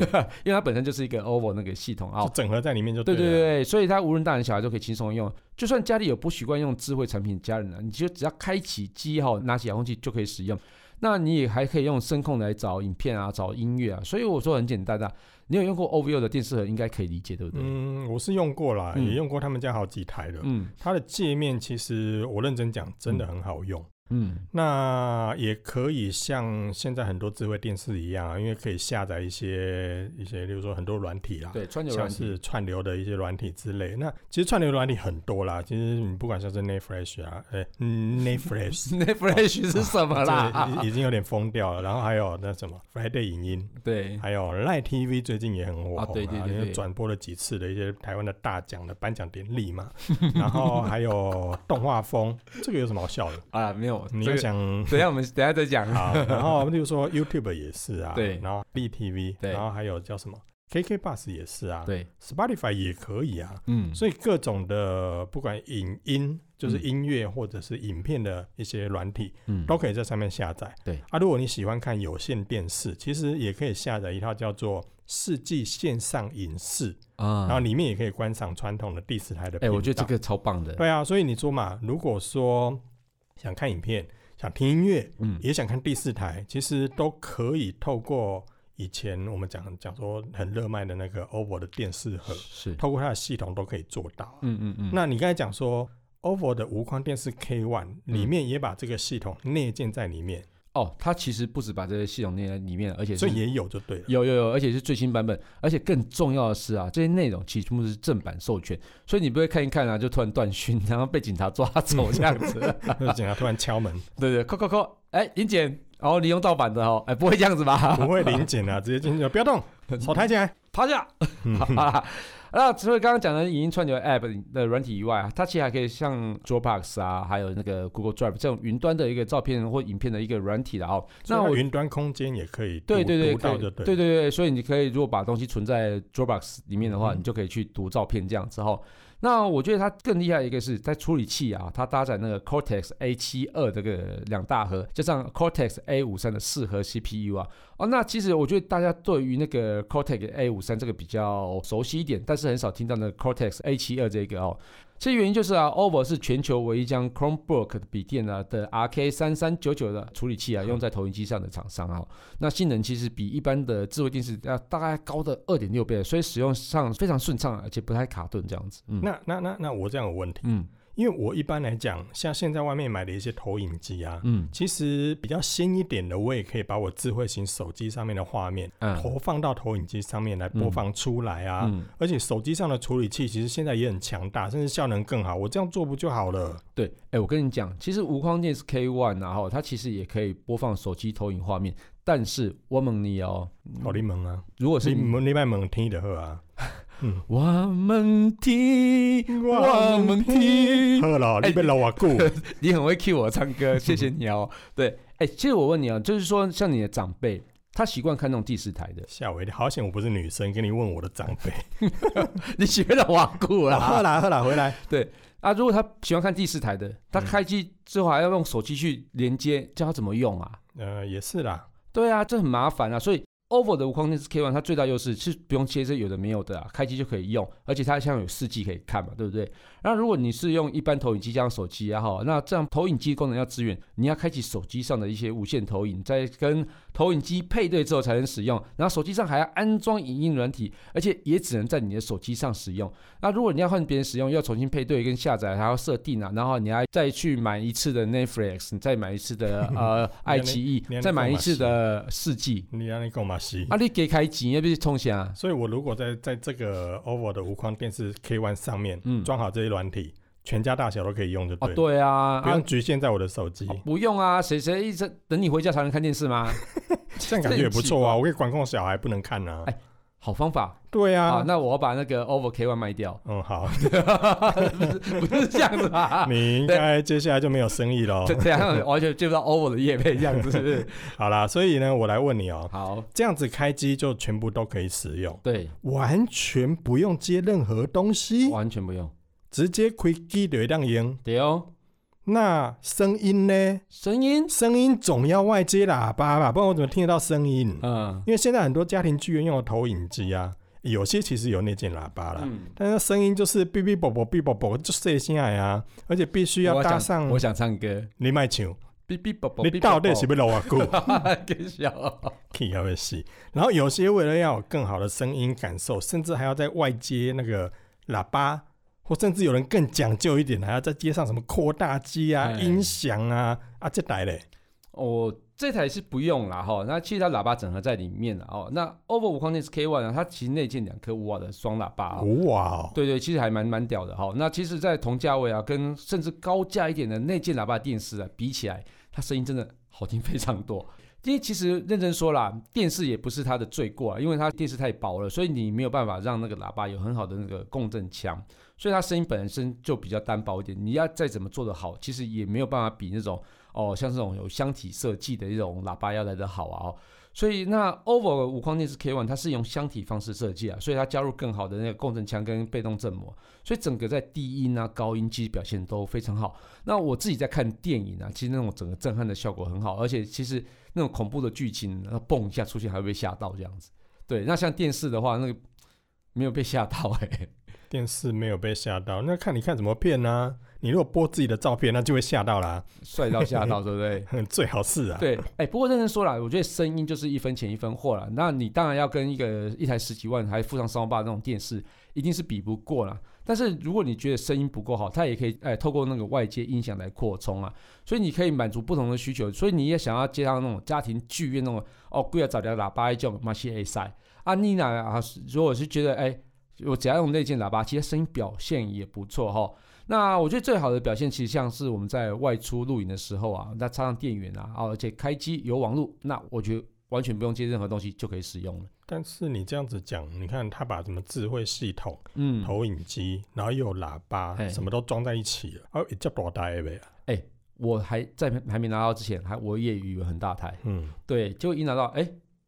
Speaker 2: 因为它本身就是一个 OVO 那个系统啊
Speaker 1: 就。整合在里面就
Speaker 2: 对对
Speaker 1: 对啊了。
Speaker 2: 对，所以它无论大人小孩都可以轻松用。就算家里有不习惯用智慧产品的家人啊，你就只要开启机哈，拿起遥控器就可以使用。那你也还可以用声控来找影片啊，找音乐啊。所以我说很简单啊，你有用过 OVO 的电视盒，应该可以理解，对不对？
Speaker 1: 嗯，我是用过啦，
Speaker 2: 嗯
Speaker 1: 也用过他们家好几台了。
Speaker 2: 嗯
Speaker 1: 它的界面其实我认真讲，真的很好用。
Speaker 2: 嗯
Speaker 1: 那也可以像现在很多智慧电视一样、啊，因为可以下载一些一些，例如说很多软体啦，
Speaker 2: 对，川流软
Speaker 1: 像
Speaker 2: 体
Speaker 1: 是串流的一些软体之类。那其实串流软体很多啦，其实你不管像是 Netflix 啊，哎、嗯 Netflix
Speaker 2: 那 Flash 是什么啦？啊
Speaker 1: 这已已经有点疯掉了。然后还有那什么 Friday 影音，
Speaker 2: 对，
Speaker 1: 还有 Live TV 最近也很火红、
Speaker 2: 嗯啊对对对
Speaker 1: 因为
Speaker 2: 对
Speaker 1: 转播了几次的一些台湾的大奖的颁奖典礼嘛。然后还有动画风，这个有什么好笑的？
Speaker 2: 啊，没有，
Speaker 1: 你
Speaker 2: 这
Speaker 1: 又
Speaker 2: 个
Speaker 1: 想
Speaker 2: 等一下我们等一下再 讲。
Speaker 1: 好， 然后例如说 YouTube 也是啊，
Speaker 2: 啊对
Speaker 1: 然后 BTV，
Speaker 2: 对
Speaker 1: 然后还有叫什么 KK Bus 也是啊，
Speaker 2: 对，
Speaker 1: ，Spotify 也可以啊。
Speaker 2: 嗯，
Speaker 1: 所以各种的不管影音，就是
Speaker 2: 嗯
Speaker 1: 音乐或者是影片的一些软体，
Speaker 2: 以
Speaker 1: 都可以在上面下载。
Speaker 2: 对
Speaker 1: 啊，如果你喜欢看有线电视，其实也可以下载一套叫做《世纪线上影视》，
Speaker 2: 啊，
Speaker 1: 然后里面也可以观赏传统的第四台的。
Speaker 2: 哎、我觉得这。个超棒的，
Speaker 1: 对啊，所以你说嘛，如果说想看影片、想听音乐，
Speaker 2: 嗯，
Speaker 1: 也想看第四台，其实都可以透过以前我们讲讲说很热卖的那个 OVO 的电视盒，
Speaker 2: 是，
Speaker 1: 透过它的系统都可以做到。
Speaker 2: 嗯嗯嗯，
Speaker 1: 那你刚才讲说 OVO 的无框电视 K One
Speaker 2: 嗯
Speaker 1: 里面也把这个系统内建在里面，
Speaker 2: 哦，它其实不止把这些系统列在里面，而且
Speaker 1: 所
Speaker 2: 是
Speaker 1: 以也有就对 了。
Speaker 2: 有有有，而且是最新版本，而且更重要的是啊，这些内容其实全部是正版授权，所以你不会看一看啊，就突然断讯，然后被警察抓走这样子，
Speaker 1: 就是警察突然敲门，
Speaker 2: 对对，扣扣扣，哎，林检，哦，你用盗版的哦，哎，不会这样子吧？
Speaker 1: 不会临检 啊，直接进去，不要动，手抬起来。
Speaker 2: 趴下。 好啦，那除了刚刚讲的影音串流 App 的软体以外啊，它其实还可以像 Dropbox 啊，还有那个 Google Drive 这种云端的一个照片或影片的一个软体的哦。那
Speaker 1: 所以它
Speaker 2: 我
Speaker 1: 云端空间也可以读
Speaker 2: 对对对，
Speaker 1: 读
Speaker 2: 可
Speaker 1: 到
Speaker 2: 以
Speaker 1: 就
Speaker 2: 对
Speaker 1: 对
Speaker 2: 对
Speaker 1: 了。
Speaker 2: 对，所以你可以如果把东西存在 Dropbox 里面的话，
Speaker 1: 嗯
Speaker 2: 你就可以去读照片这样之后。那我觉得它更厉害的一个是在处理器啊，它搭载那个 Cortex A 7 2这个两大核，加上 Cortex A 5 3的四核 CPU 啊。哦，那其实我觉得大家对于那个 Cortex A 5 3这个比较熟悉一点，但是很少听到那个 Cortex A 7 2这个哦。其实原因就是啊，OVO 是全球唯一将 Chromebook 的笔电啊的 RK 三三九九的处理器啊用在投影机上的厂商啊，那性能其实比一般的智慧电视要大概高的二点六倍，所以使用上非常顺畅，而且不太卡顿这样子。嗯，
Speaker 1: 那那那那我这样有问题，
Speaker 2: 嗯，
Speaker 1: 因为我一般来讲，像现在外面买的一些投影机啊，
Speaker 2: 嗯
Speaker 1: 其实比较新一点的，我也可以把我智慧型手机上面的画面
Speaker 2: 嗯
Speaker 1: 投放到投影机上面来播放出来啊。
Speaker 2: 嗯，
Speaker 1: 而且手机上的处理器其实现在也很强大，甚至效能更好。我这样做不就好了？
Speaker 2: 对，哎、我跟你讲，其实无框电视 K One 啊，哈，它其实也可以播放手机投影画面，但是我问你哦，
Speaker 1: 好你们啊，
Speaker 2: 如果
Speaker 1: 你
Speaker 2: 是你
Speaker 1: 们你卖猛听的喝啊，
Speaker 2: 我们听，我们听，
Speaker 1: 喝了，你被老瓦顾，
Speaker 2: 你很会 cue 我唱 歌，谢谢你哦。对，哎、其实我问你啊，就是说像你的长辈，他习惯看那种第四台的，
Speaker 1: 吓我一跳！好险我不是女生，跟你问我的长辈。
Speaker 2: 你学了瓦固
Speaker 1: 好喝
Speaker 2: 啦。
Speaker 1: 啦喝啦，回来。
Speaker 2: 啊，如果他喜欢看第四台的，他开机之后还要用手机去连接，叫他怎么用啊？
Speaker 1: 呃，也是啦，
Speaker 2: 对啊，这很麻烦啊。所以 OVO 的无框电视 K One 它最大优势是不用切这有的没有的啊，开机就可以用，而且它像有四 G 可以看嘛，对不对？那如果你是用一般投影机加上手机啊，哈，那这样投影机功能要支援，你要开启手机上的一些无线投影，再跟投影机配对之后才能使用，然后手机上还要安装影音软体，而且也只能在你的手机上使用。那如果你要换别人使用，又要重新配对跟下载，还要设定啊，然后你还再去买一次的 Netflix，你再买一次的呃爱奇艺
Speaker 1: 你还，能
Speaker 2: 再买一次的世纪。
Speaker 1: 你让你干嘛洗？
Speaker 2: 啊，你给开钱，要不是啊冲啥？
Speaker 1: 所以我如果在在这个 OVO 的无框电视 K One 上面
Speaker 2: 嗯
Speaker 1: 装好这些软体，全家大小都可以用，就对，
Speaker 2: 哦
Speaker 1: 了。
Speaker 2: 对啊，
Speaker 1: 不
Speaker 2: 啊
Speaker 1: 用局限在我的手机
Speaker 2: 哦，不用啊，谁谁一直等你回家才能看电视吗？
Speaker 1: 这样感觉也不错啊。我可以管控小孩不能看啊
Speaker 2: 哎。好方法
Speaker 1: 对
Speaker 2: 啊
Speaker 1: 啊！，
Speaker 2: 那啊我要把那个 OVO K One 卖掉，
Speaker 1: 嗯， 好，
Speaker 2: 不是不是这样子吧？
Speaker 1: 你应该接下来就没有生意喽
Speaker 2: 这。 这样完全接不到 OVO 的业配这样子，是 不是？
Speaker 1: 好啦，所以呢，我来问你哦，
Speaker 2: 好，
Speaker 1: 这样子开机就全部都可以使用，
Speaker 2: 对，
Speaker 1: 完全不用接任何东西，
Speaker 2: 完全不用。
Speaker 1: 直接开机就当用。
Speaker 2: 对哦，
Speaker 1: 那声音呢？
Speaker 2: 声音，
Speaker 1: 声音总要外接喇叭吧，不然我怎么听得到声音？
Speaker 2: 嗯
Speaker 1: 因为现在很多家庭剧院用的投影机啊，有些其实有内建喇叭啦，
Speaker 2: 嗯，
Speaker 1: 但是声音就是哔哔啵啵哔啵啵，就射下来啊，而且必须要
Speaker 2: 我
Speaker 1: 搭
Speaker 2: 想
Speaker 1: 上
Speaker 2: 我。想唱歌，
Speaker 1: 你卖球，
Speaker 2: 哔哔啵啵，
Speaker 1: 你到底是
Speaker 2: 不
Speaker 1: 不是老啊姑？
Speaker 2: 是？ 给笑，
Speaker 1: 气啊要会死。然后有些为了要有更好的声音感受，甚至还要在外接那个喇叭，或甚至有人更讲究一点，还要再接上什么扩大机啊、
Speaker 2: 哎
Speaker 1: 音响啊啊这台嘞。
Speaker 2: 哦，这台是不用啦哈，那其实它喇叭整合在里面了哦。那 OVO 五框电视 K One 啊呢，它其实内建两颗五瓦的双喇叭哦。
Speaker 1: 哇哦，
Speaker 2: 对对，其实还蛮蛮屌的哈。那其实，在同价位啊，跟甚至高价一点的内建喇叭电视啊比起来，它声音真的好听非常多。 因为其实认真说啦，电视也不是它的罪过啊，因为它电视太薄了，所以你没有办法让那个喇叭有很好的那个共振腔，所以它声音本身就比较单薄一点。你要再怎么做得好，其实也没有办法比那种哦像这种有箱体设计的一种喇叭要来得好啊、哦。所以那 OVO 无框电视 K One 它是用箱体方式设计啊，所以它加入更好的那个共振腔跟被动振膜，所以整个在低音啊、高音其实表现都非常好。那我自己在看电影啊，其实那种整个震撼的效果很好，而且其实那种恐怖的剧情，然后蹦一下出现还会被吓到这样子。对，那像电视的话，那个没有被吓到哎、
Speaker 1: 电视没有被吓到，那看你看什么片呢、你如果播自己的照片，那就会吓到啦。
Speaker 2: 帅到吓到，对不对？
Speaker 1: 哼最好是啊，
Speaker 2: 对，哎、不过认真说啦，我觉得声音就是一分钱一分货啦。那你当然要跟一个一台十几万还附上三万八那种电视，一定是比不过啦。但是如果你觉得声音不够好，它也可以哎、透过那个外接音响来扩充啊，所以你可以满足不同的需求。所以你也想要接上那种家庭剧院那种哦，贵要找点喇叭叫马西 A 塞啊，你那啊，如果是觉得哎、我只要用内建喇叭，其实声音表现也不错哈。那我觉得最好的表现，其实像是我们在外出露营的时候啊，那插上电源啊，啊而且开机有网路，那我觉得完全不用接任何东西就可以使用了。
Speaker 1: 但是你这样子讲，你看他把什么智慧系统、
Speaker 2: 嗯，
Speaker 1: 投影机，然后又有喇叭
Speaker 2: 嘿，
Speaker 1: 什么都装在一起了，哦，也叫多大的呗。
Speaker 2: 我还在还没拿到之前，还我也以为很大台，
Speaker 1: 嗯，
Speaker 2: 对，结果一拿到，哎，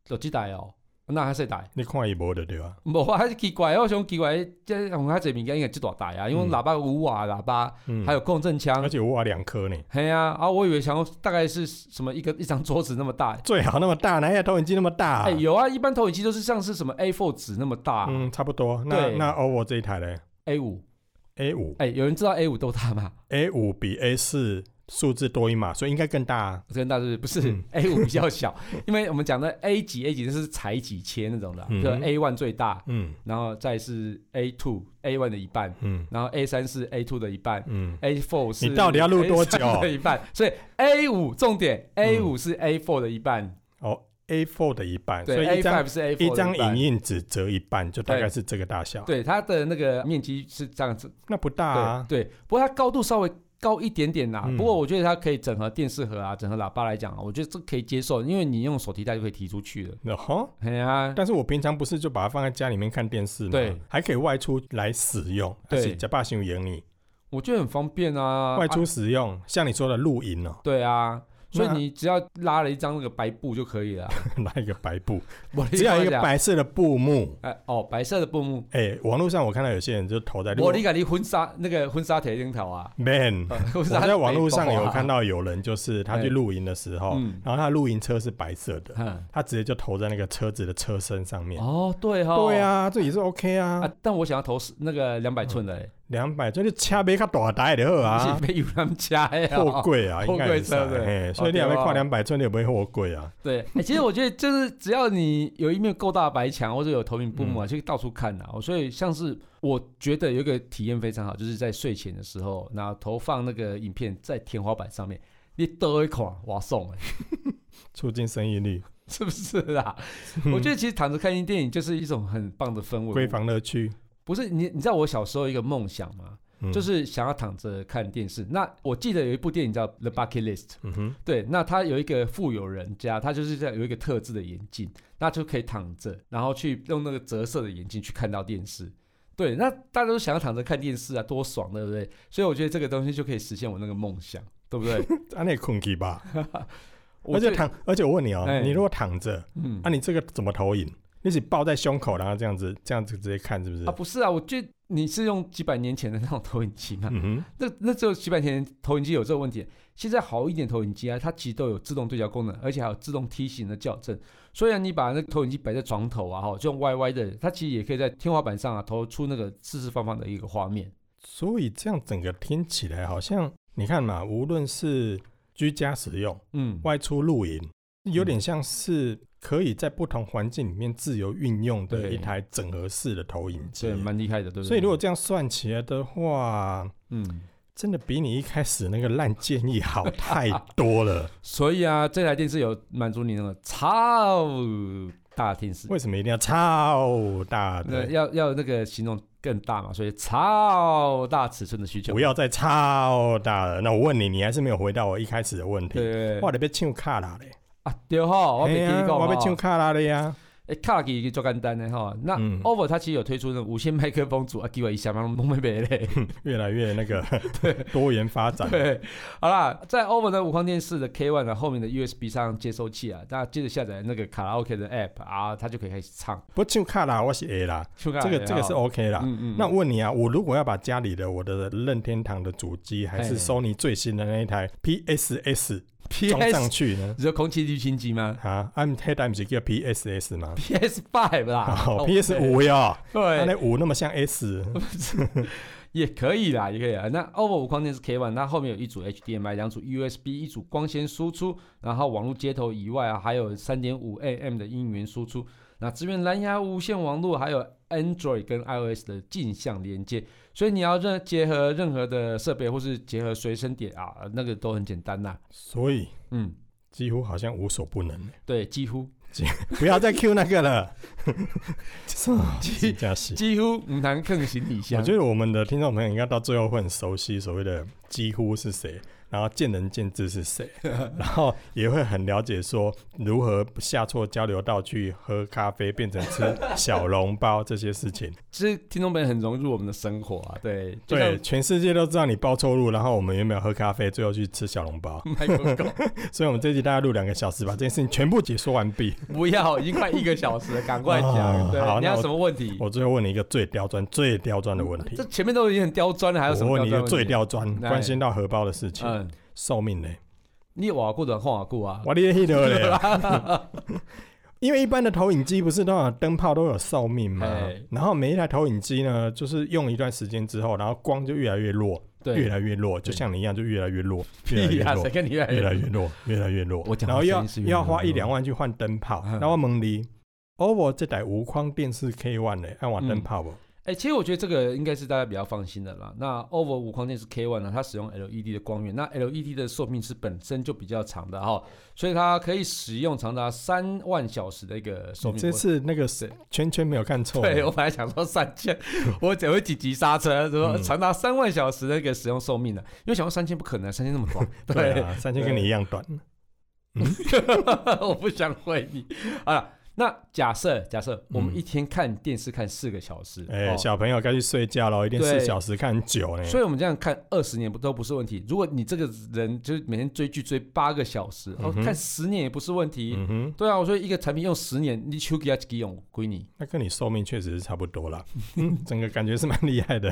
Speaker 2: 有几台哦，那还是台。
Speaker 1: 你看伊无的对吧？
Speaker 2: 无啊，还是奇怪，我想奇怪，这红海这物件应该这大台啊，因为
Speaker 1: 嗯
Speaker 2: 喇叭有五瓦喇叭，
Speaker 1: 嗯，
Speaker 2: 还有共振
Speaker 1: 而
Speaker 2: 腔，
Speaker 1: 且我有啊两颗呢，
Speaker 2: 嘿呀、啊，啊，我以为想要大概是什么一个一张桌子那么大，
Speaker 1: 最好那么大，哪有投影机那么大？
Speaker 2: 哎、有啊，一般投影机都是像是什么 A4 纸那么大、
Speaker 1: 嗯，差不多。那
Speaker 2: 对
Speaker 1: 那 OVO 这一台嘞
Speaker 2: a 5
Speaker 1: A 五
Speaker 2: 哎、有人知道 A 5多大吗？
Speaker 1: ，A 五比 A 四数字多音嘛，所以应该更大、啊。
Speaker 2: 这跟大致不是、
Speaker 1: 嗯
Speaker 2: A 五比较小， 因为我们讲的 A 几 A 几就是才几千那种的啊，
Speaker 1: 嗯
Speaker 2: 就 A one 最大，
Speaker 1: 嗯
Speaker 2: 然后再是 A two A one 的一半，
Speaker 1: 嗯
Speaker 2: 然后 A 三是 A two 的一半
Speaker 1: 嗯，
Speaker 2: ，A four 是
Speaker 1: 你到底要录多久嗯
Speaker 2: A3 的一半，所以 A 五重点 A 五是 A four 的一半，
Speaker 1: 哦，A4 的一半，所
Speaker 2: 对
Speaker 1: 以一
Speaker 2: ，A
Speaker 1: 张
Speaker 2: five 是 A
Speaker 1: 一
Speaker 2: four
Speaker 1: 张影
Speaker 2: 半。
Speaker 1: 印纸折一半，就大概是这个大小，
Speaker 2: 对它的那个面积是这样子，
Speaker 1: 那不大啊。
Speaker 2: 对对，不过它高度稍微高一点点啦。
Speaker 1: 嗯
Speaker 2: 不过我觉得它可以整合电视盒啊，整合喇叭来讲啊，我觉得这可以接受，因为你用手提袋就可以提出去了。
Speaker 1: 然后，
Speaker 2: 哎呀，
Speaker 1: 但是我平常不是就把它放在家里面看电视嘛，
Speaker 2: 对，
Speaker 1: 还可以外出来使用，啊
Speaker 2: 对
Speaker 1: 而且假爸行演你
Speaker 2: 我觉得很方便啊。
Speaker 1: 外出
Speaker 2: 啊
Speaker 1: 使用，像你说的露营哦，
Speaker 2: 对啊，所以
Speaker 1: 那
Speaker 2: 你只要拉了一张那个白布就可以 了啊。
Speaker 1: 拿一个白 布，
Speaker 2: 我
Speaker 1: 只有一个
Speaker 2: 讲，
Speaker 1: 白色的布幕。
Speaker 2: 哎哦，白色的布幕。
Speaker 1: 哎、网络上我看到有些人就投在
Speaker 2: 我你讲你婚纱那个婚纱铁钉 头啊，
Speaker 1: man，
Speaker 2: 呃婚
Speaker 1: 我
Speaker 2: 纱
Speaker 1: 在网络上
Speaker 2: 铁钉头啊
Speaker 1: 有看，到有人就是他去露营的时候，
Speaker 2: 嗯，
Speaker 1: 然后他的露营车是白色的，
Speaker 2: 哼
Speaker 1: 他直接就投在那个车子的车身上嗯面。
Speaker 2: 哦对哈，
Speaker 1: 对啊，这也是 OK 啊，
Speaker 2: 啊，但我想要投是那个两百寸的欸，
Speaker 1: 两百这就掐别卡大台的好嗯啊
Speaker 2: 是，被有他们家 哎，
Speaker 1: 货柜啊，应该也是啊
Speaker 2: 货柜车对
Speaker 1: 嘿
Speaker 2: 哦
Speaker 1: 所以你还没
Speaker 2: 对啊
Speaker 1: 跨两百寸，你也不会货柜啊。
Speaker 2: 对，欸其实我觉得就是只要你有一面够大的白墙，或者有投屏布幕啊，就到处看啊。所以像是我觉得有一个体验非常好，就是在睡前的时候，然后投放那个影片在天花板上面，你得一款哇送欸，
Speaker 1: 促进生意率，
Speaker 2: 是不是啊？我觉得其实躺着看电影就是一种很棒的氛围。
Speaker 1: 闺房乐趣，
Speaker 2: 不是你，你知道我小时候一个梦想吗？
Speaker 1: 嗯
Speaker 2: 就是想要躺着看电视。那我记得有一部电影叫《The Bucket List》，
Speaker 1: 嗯哼，
Speaker 2: 对，那他有一个富有人家，他就是在有一个特制的眼镜，那就可以躺着，然后去用那个折射的眼镜去看到电视。对，那大家都想要躺着看电视啊，多爽，对不对？所以我觉得这个东西就可以实现我那个梦想，对不对？
Speaker 1: 安内困去吧。
Speaker 2: 我
Speaker 1: 而且
Speaker 2: 最，
Speaker 1: 躺，而且我问你哦、
Speaker 2: 哎
Speaker 1: 你如果躺着，
Speaker 2: 嗯
Speaker 1: 啊，，你这个怎么投影？你是抱在胸口，然后这样子，这样子直接看，是不是？
Speaker 2: 啊，不是啊，我觉得你是用几百年前的那种投影机嘛，
Speaker 1: 嗯
Speaker 2: 那那只有几百年前投影机有这个问题，现在好一点投影机啊，它其实都有自动对焦功能，而且还有自动梯形的校正。虽然你把那个投影机摆在床头啊，哈，就用歪歪的，它其实也可以在天花板上啊投出那个四四方方的一个画面。
Speaker 1: 哼，所以这样整个听起来好像，你看嘛，无论是居家使用、
Speaker 2: 嗯，
Speaker 1: 外出露营，有点像是可以在不同环境里面自由运用的
Speaker 2: 嗯对
Speaker 1: 一台整合式的投影机
Speaker 2: 对，。蛮厉害的，对不对？
Speaker 1: 所以如果这样算起来的话，
Speaker 2: 嗯，
Speaker 1: 真的比你一开始那个烂建议好太多 了。
Speaker 2: 所以啊，这台电视有满足你那个超大电视，
Speaker 1: 为什么一定要超大
Speaker 2: 那
Speaker 1: 的？
Speaker 2: 呃要要那个形容更大嘛，所以超大尺寸的需求。
Speaker 1: 不要再超大了。那我问你，你还是没有回答我一开始的问题。
Speaker 2: 对
Speaker 1: 我得被唱卡啦嘞，
Speaker 2: 啊，对哈，我
Speaker 1: 哎
Speaker 2: 没跟你
Speaker 1: 呀
Speaker 2: 讲
Speaker 1: 我被
Speaker 2: 哦
Speaker 1: 唱卡啦嘞呀。
Speaker 2: 诶，卡机就简单的哈。那
Speaker 1: 嗯
Speaker 2: OVO 它其实有推出那种无线麦克风组啊，给我一下嘛，弄没没嘞。
Speaker 1: 越来越那 个多元发展。
Speaker 2: 对， 好啦，在 OVO 的无框电视的 K One 的后面的 USB 上接收器啊，那接着下载那个卡拉 OK 的 App 啊，它就可以开始唱。
Speaker 1: 不唱卡啦，我是 A 啦，
Speaker 2: 这
Speaker 1: 这个这个是 OK 啦。
Speaker 2: 哦嗯嗯，
Speaker 1: 那我问你啊，我如果要把家里的我的任天堂的主机，还是
Speaker 2: 哎
Speaker 1: Sony 最新的那一台 PSS 装上
Speaker 2: PS
Speaker 1: 去呢？
Speaker 2: 你说空气滤清机吗
Speaker 1: 啊，I'm head I'm 是叫 PSS 吗？
Speaker 2: ？PS Five 啦
Speaker 1: 好
Speaker 2: 哦
Speaker 1: ，PS 五哟，它
Speaker 2: 对，
Speaker 1: 那五那么像 S，
Speaker 2: 也可以啦，也可以啊。那 OVO 无框电视 K One，它后面有一组 HDMI，两组 USB，一组光纤输出，然后网络接头以外啊，还有三点五 AM 的音源输出，那支援蓝牙、无线网络，还有 Android 跟 iOS 的镜像连接。所以你要任结合任何的设备，或是结合随身碟啊，那个都很简单啦。
Speaker 1: 所以
Speaker 2: 嗯，
Speaker 1: 几乎好像无所不能。
Speaker 2: 对，几乎
Speaker 1: 不要再 Q 那个 了，就是啊真的是。
Speaker 2: 几乎唔难更行李箱
Speaker 1: 我。觉得我们的听众朋友应该到最后会很熟悉所谓的“几乎”是谁，然后见仁见智是 谁，然后也会很了解说如何下错交流道去喝咖啡变成吃小笼包这些事情。
Speaker 2: 其实听众朋友很融入我们的生活啊，对， 就像
Speaker 1: 对，全世界都知道你包错路，然后我们原本要喝咖啡，最后去吃小笼包，
Speaker 2: 麦克风。
Speaker 1: 所以我们这集大概录两个小时，把这件事情全部解说完毕。
Speaker 2: 不要，已经快一个小时了，赶快
Speaker 1: 哦
Speaker 2: 讲。
Speaker 1: 好
Speaker 2: 对，你
Speaker 1: 那
Speaker 2: 还
Speaker 1: 我
Speaker 2: 有什么问题？
Speaker 1: 我最后问你一个最刁钻、最刁钻的问题
Speaker 2: 这，前面都已经很刁钻了，还有什
Speaker 1: 我
Speaker 2: 么
Speaker 1: 问你一
Speaker 2: 刁
Speaker 1: 个
Speaker 2: 钻？
Speaker 1: 最。刁钻，
Speaker 2: 哎
Speaker 1: 关心到荷包的事情，
Speaker 2: 嗯，
Speaker 1: 寿命呢？
Speaker 2: 你瓦固短换瓦固啊？
Speaker 1: 我的那个 嘞，啊因为一般的投影机不是都有灯泡都有寿命嘛
Speaker 2: 哎，
Speaker 1: 然后每一台投影机呢，就是用一段时间之后，然后光就越来越弱，
Speaker 2: 对
Speaker 1: 越，来越弱，就
Speaker 2: 对
Speaker 1: 像你一样，就越来越 弱，越来
Speaker 2: 屁啊
Speaker 1: 越
Speaker 2: 呀，谁
Speaker 1: 弱，
Speaker 2: 跟你越来
Speaker 1: 越来越
Speaker 2: 弱？
Speaker 1: 弱，越来越弱
Speaker 2: 我。讲
Speaker 1: 然后
Speaker 2: 的
Speaker 1: 要
Speaker 2: 声音是越来
Speaker 1: 要
Speaker 2: 越
Speaker 1: 花一
Speaker 2: 弱
Speaker 1: 两万去换灯泡，
Speaker 2: 嗯
Speaker 1: 那我问你，OVO 这台无框电视 K One 呢，按换灯泡不？
Speaker 2: 哎，其实我觉得这个应该是大家比较放心的啦。那 OVO 无框电视 K One 呢，它使用 LED 的光源，那 LED 的寿命是本身就比较长的哈，所以它可以使用长达三万小时的一个寿
Speaker 1: 你
Speaker 2: 命。
Speaker 1: 这次那个谁圈圈没有看错，
Speaker 2: 对，我哦本来想说三千， 我只会紧急刹车，说
Speaker 1: 嗯
Speaker 2: 长达三万小时的一个使用寿命的，因为想说三千不可能，三千那么 短，
Speaker 1: 对啊，三千跟你一样短，
Speaker 2: 我不想回你啊。那假设假设我们一天看电视看四个小时，
Speaker 1: 嗯哎，
Speaker 2: 哦
Speaker 1: 小朋友该去睡觉了，一天
Speaker 2: 对
Speaker 1: 四小时看很久呢。
Speaker 2: 所以我们这样看二十年不都不是问题。如果你这个人就是每天追剧追八个小时，哦
Speaker 1: 嗯，哼
Speaker 2: 看十年也不是问题。
Speaker 1: 嗯哼，
Speaker 2: 对啊，我说一个产品用十年，你手给它几用归你。
Speaker 1: 那跟你寿命确实是差不多 啦。嗯，整个感觉是蛮厉害的。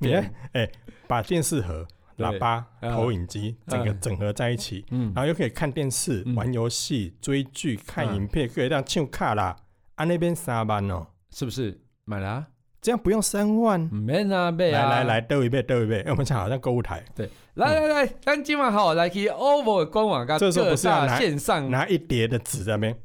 Speaker 1: 你看，哎，把电视盒、
Speaker 2: 对
Speaker 1: 喇叭、
Speaker 2: 嗯
Speaker 1: 投影机整个整合在一起，
Speaker 2: 嗯
Speaker 1: 然，后又可以看电视、
Speaker 2: 嗯
Speaker 1: 玩游戏、追剧、看
Speaker 2: 嗯
Speaker 1: 影片，可以让唱卡啦。啊，那边三万哦，
Speaker 2: 是不是买了、啊？
Speaker 1: 这样不用三万。
Speaker 2: 没啊，妹
Speaker 1: 来
Speaker 2: 啊，
Speaker 1: 来来，斗一倍，斗一倍。哎我们讲好像购物台，
Speaker 2: 来来来，咱今晚好来去 OVO 的官网跟
Speaker 1: 这时候
Speaker 2: 各
Speaker 1: 不是要
Speaker 2: 大
Speaker 1: 拿
Speaker 2: 线上
Speaker 1: 拿一叠的纸在那边，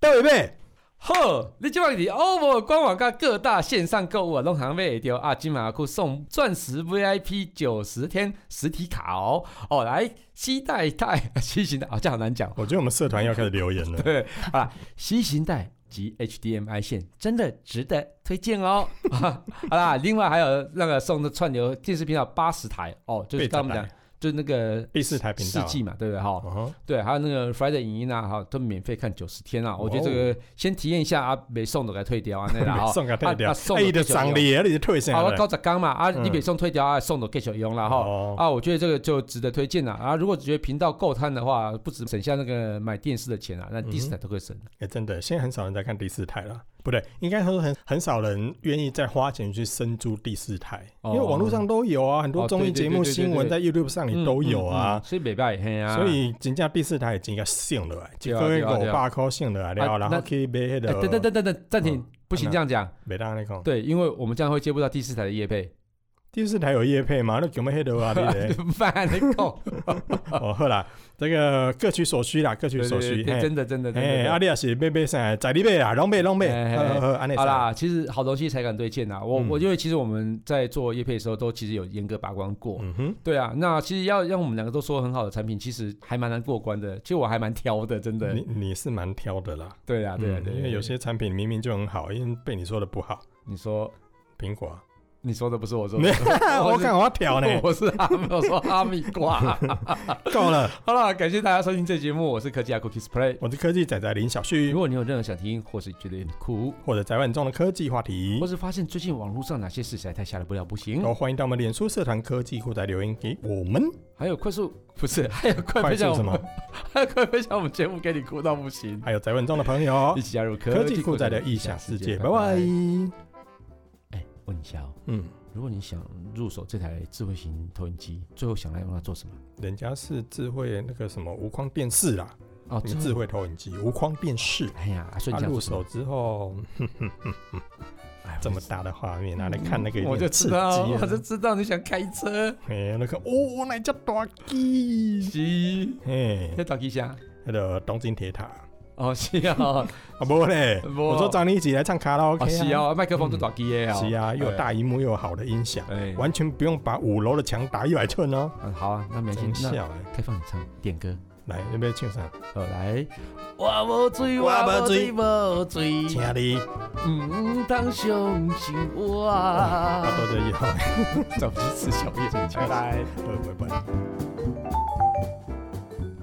Speaker 1: 斗一倍。
Speaker 2: 好，你今晚去 OVO 的官网跟各大线上购物啊，拢行买会到啊！今晚库送钻石 VIP 九十天实体卡哦哦，来西带带 西型带，好、哦、这样好难讲。
Speaker 1: 我觉得我们社团要开始留言了。
Speaker 2: 对，好啦，西型带及 HDMI 线真的值得推荐哦。 好啦，另外还有那个送的串流电视频道八十台哦，就是刚刚我们
Speaker 1: 被
Speaker 2: 讲，就是那个
Speaker 1: 第四台频
Speaker 2: 世
Speaker 1: 道啊，
Speaker 2: 纪嘛，对不对哈？
Speaker 1: 嗯哼
Speaker 2: 对，还有那个 Friday 影音啊，哈，都免费看九十天
Speaker 1: 哦
Speaker 2: 啊。我觉得这个先体验一下啊，没送的给退掉 啊，那啦
Speaker 1: 没
Speaker 2: 哈。
Speaker 1: 送给退掉
Speaker 2: 啊啊，送
Speaker 1: 哎，
Speaker 2: 就
Speaker 1: 你的
Speaker 2: 继续用
Speaker 1: 长得啊，你就退下
Speaker 2: 好
Speaker 1: 来
Speaker 2: 了，
Speaker 1: 了。
Speaker 2: 高十刚嘛啊，
Speaker 1: 嗯
Speaker 2: 你别送退掉啊，送的继续用了哈。
Speaker 1: 哦，
Speaker 2: 啊，我觉得这个就值得推荐了啊。如果觉得频道够贪的话，不止省下那个买电视的钱啊，那第四台都可以省。
Speaker 1: 嗯哎，真的，现在很少人在看第四台了，不对，应该说很很少人愿意再花钱去深租第四台，
Speaker 2: 哦
Speaker 1: 因为网络上都有啊，很多
Speaker 2: 哦
Speaker 1: 综艺
Speaker 2: 对对
Speaker 1: 节目、
Speaker 2: 对对对
Speaker 1: 新闻在 YouTube 上也都有
Speaker 2: 嗯嗯
Speaker 1: 啊
Speaker 2: 嗯，所以北拜嘿啊。
Speaker 1: 所以人家第四台已经应该限了，一
Speaker 2: 对啊
Speaker 1: 个月
Speaker 2: 对啊
Speaker 1: 五
Speaker 2: 对啊
Speaker 1: 百块限了
Speaker 2: 啊
Speaker 1: 了，然后
Speaker 2: 那
Speaker 1: 可以买那
Speaker 2: 哎，
Speaker 1: 个，
Speaker 2: 等等等等等，暂停
Speaker 1: 嗯，
Speaker 2: 不行
Speaker 1: 嗯
Speaker 2: 这样讲。
Speaker 1: 没当那个。
Speaker 2: 对，因为我们这样会接不到第四台的业 配。
Speaker 1: 第四台有夜配吗？那有没有黑的啊？对不对？
Speaker 2: 慢你够，
Speaker 1: 哦，好啦，这个各取所需啦，各取
Speaker 2: 对
Speaker 1: 所需。
Speaker 2: 对对
Speaker 1: 嘿
Speaker 2: 真的真的真
Speaker 1: 哎，
Speaker 2: 的。
Speaker 1: 阿你也是买买啥，在你买啦，拢买拢买，
Speaker 2: 哎哎
Speaker 1: 好好好安尼
Speaker 2: 好
Speaker 1: 啦，
Speaker 2: 啦，其实好东西才敢推荐呐。我、
Speaker 1: 嗯
Speaker 2: 我因为其实我们在做业配的时候，都其实有严格把关过。
Speaker 1: 嗯哼，
Speaker 2: 对啊，那其实要让我们两个都说很好的产品，其实还蛮难过关的。其实我还蛮挑的，真的
Speaker 1: 你。你是蛮挑的啦，
Speaker 2: 对啊，对啊，
Speaker 1: 嗯
Speaker 2: 对啊
Speaker 1: 因为有些产品明明就很好，因为被你说的不好，
Speaker 2: 你说
Speaker 1: 苹果啊，
Speaker 2: 你说的不是 我说的，
Speaker 1: 我
Speaker 2: 是，
Speaker 1: 看我要挑呢
Speaker 2: 我是阿米，我说阿米瓜。
Speaker 1: 够了，
Speaker 2: 好了，感谢大家收听这节目，我是科技阿 Cookies Play。
Speaker 1: 我是科技仔仔林小
Speaker 2: 如
Speaker 1: 旭，
Speaker 2: 果你有任何想听，或是觉得有点酷，
Speaker 1: 或者宅晚中的科技话题
Speaker 2: 或。是发现最近网络上哪些事实在太吓人不了不行，
Speaker 1: 都欢迎到我们脸书社团科技酷宅留言给我们，
Speaker 2: 还有快速不是，还有快
Speaker 1: 快
Speaker 2: 分享
Speaker 1: 速
Speaker 2: 我
Speaker 1: 什么
Speaker 2: 们，？还有快分享我们节目给你哭到不行。
Speaker 1: 还有宅文中的朋友哦
Speaker 2: 一，起加入 科
Speaker 1: 科技酷宅的异想世界，拜拜。
Speaker 2: 哎，问一下哦，
Speaker 1: 嗯，
Speaker 2: 如果你想入手这台智慧型投影机，最后想来用它做什么？
Speaker 1: 人家是智慧那个什么无框电视啦，
Speaker 2: 哦，
Speaker 1: 那个智。慧投影机无框电视。
Speaker 2: 哎呀，所以
Speaker 1: 他
Speaker 2: 你想
Speaker 1: 入
Speaker 2: 做什么
Speaker 1: 手，之后，
Speaker 2: 哎
Speaker 1: 这么大的画面拿来看那个，
Speaker 2: 我就
Speaker 1: 刺
Speaker 2: 知
Speaker 1: 激
Speaker 2: 道，
Speaker 1: 啊
Speaker 2: 我就知道你想开 车。
Speaker 1: 哎，那个哦，那叫大机，
Speaker 2: 是，
Speaker 1: 嘿，
Speaker 2: 要打几下？
Speaker 1: 那个东京铁塔
Speaker 2: 哦，是 啊，
Speaker 1: 啊，不嘞，
Speaker 2: 没有
Speaker 1: 我说找你一起来唱卡拉 OK
Speaker 2: 哦
Speaker 1: 啊，
Speaker 2: 是啊，麦克风都打机的啊。
Speaker 1: 是啊，又有大荧幕又有好的音响，
Speaker 2: 哎。哎，
Speaker 1: 完全不用把五楼的墙打一百寸哦，
Speaker 2: 嗯，好啊，那没关
Speaker 1: 真
Speaker 2: 系，那
Speaker 1: 笑哎，
Speaker 2: 开放你唱点歌。
Speaker 1: 来那边唱啥？
Speaker 2: 好，来，我无醉，
Speaker 1: 我
Speaker 2: 我
Speaker 1: 无
Speaker 2: 无
Speaker 1: 醉
Speaker 2: 醉，无醉。
Speaker 1: 请你，
Speaker 2: 唔通相信我。啊
Speaker 1: 我多这以后，
Speaker 2: 走去吃宵夜，拜
Speaker 1: 拜
Speaker 2: 拜。
Speaker 1: 拜。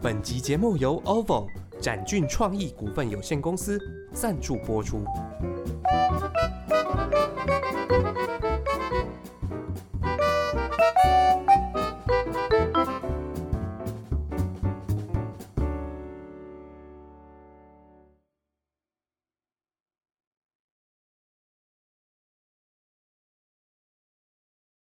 Speaker 4: 本集节目由 OVO 展俊创意股份有限公司赞助播出。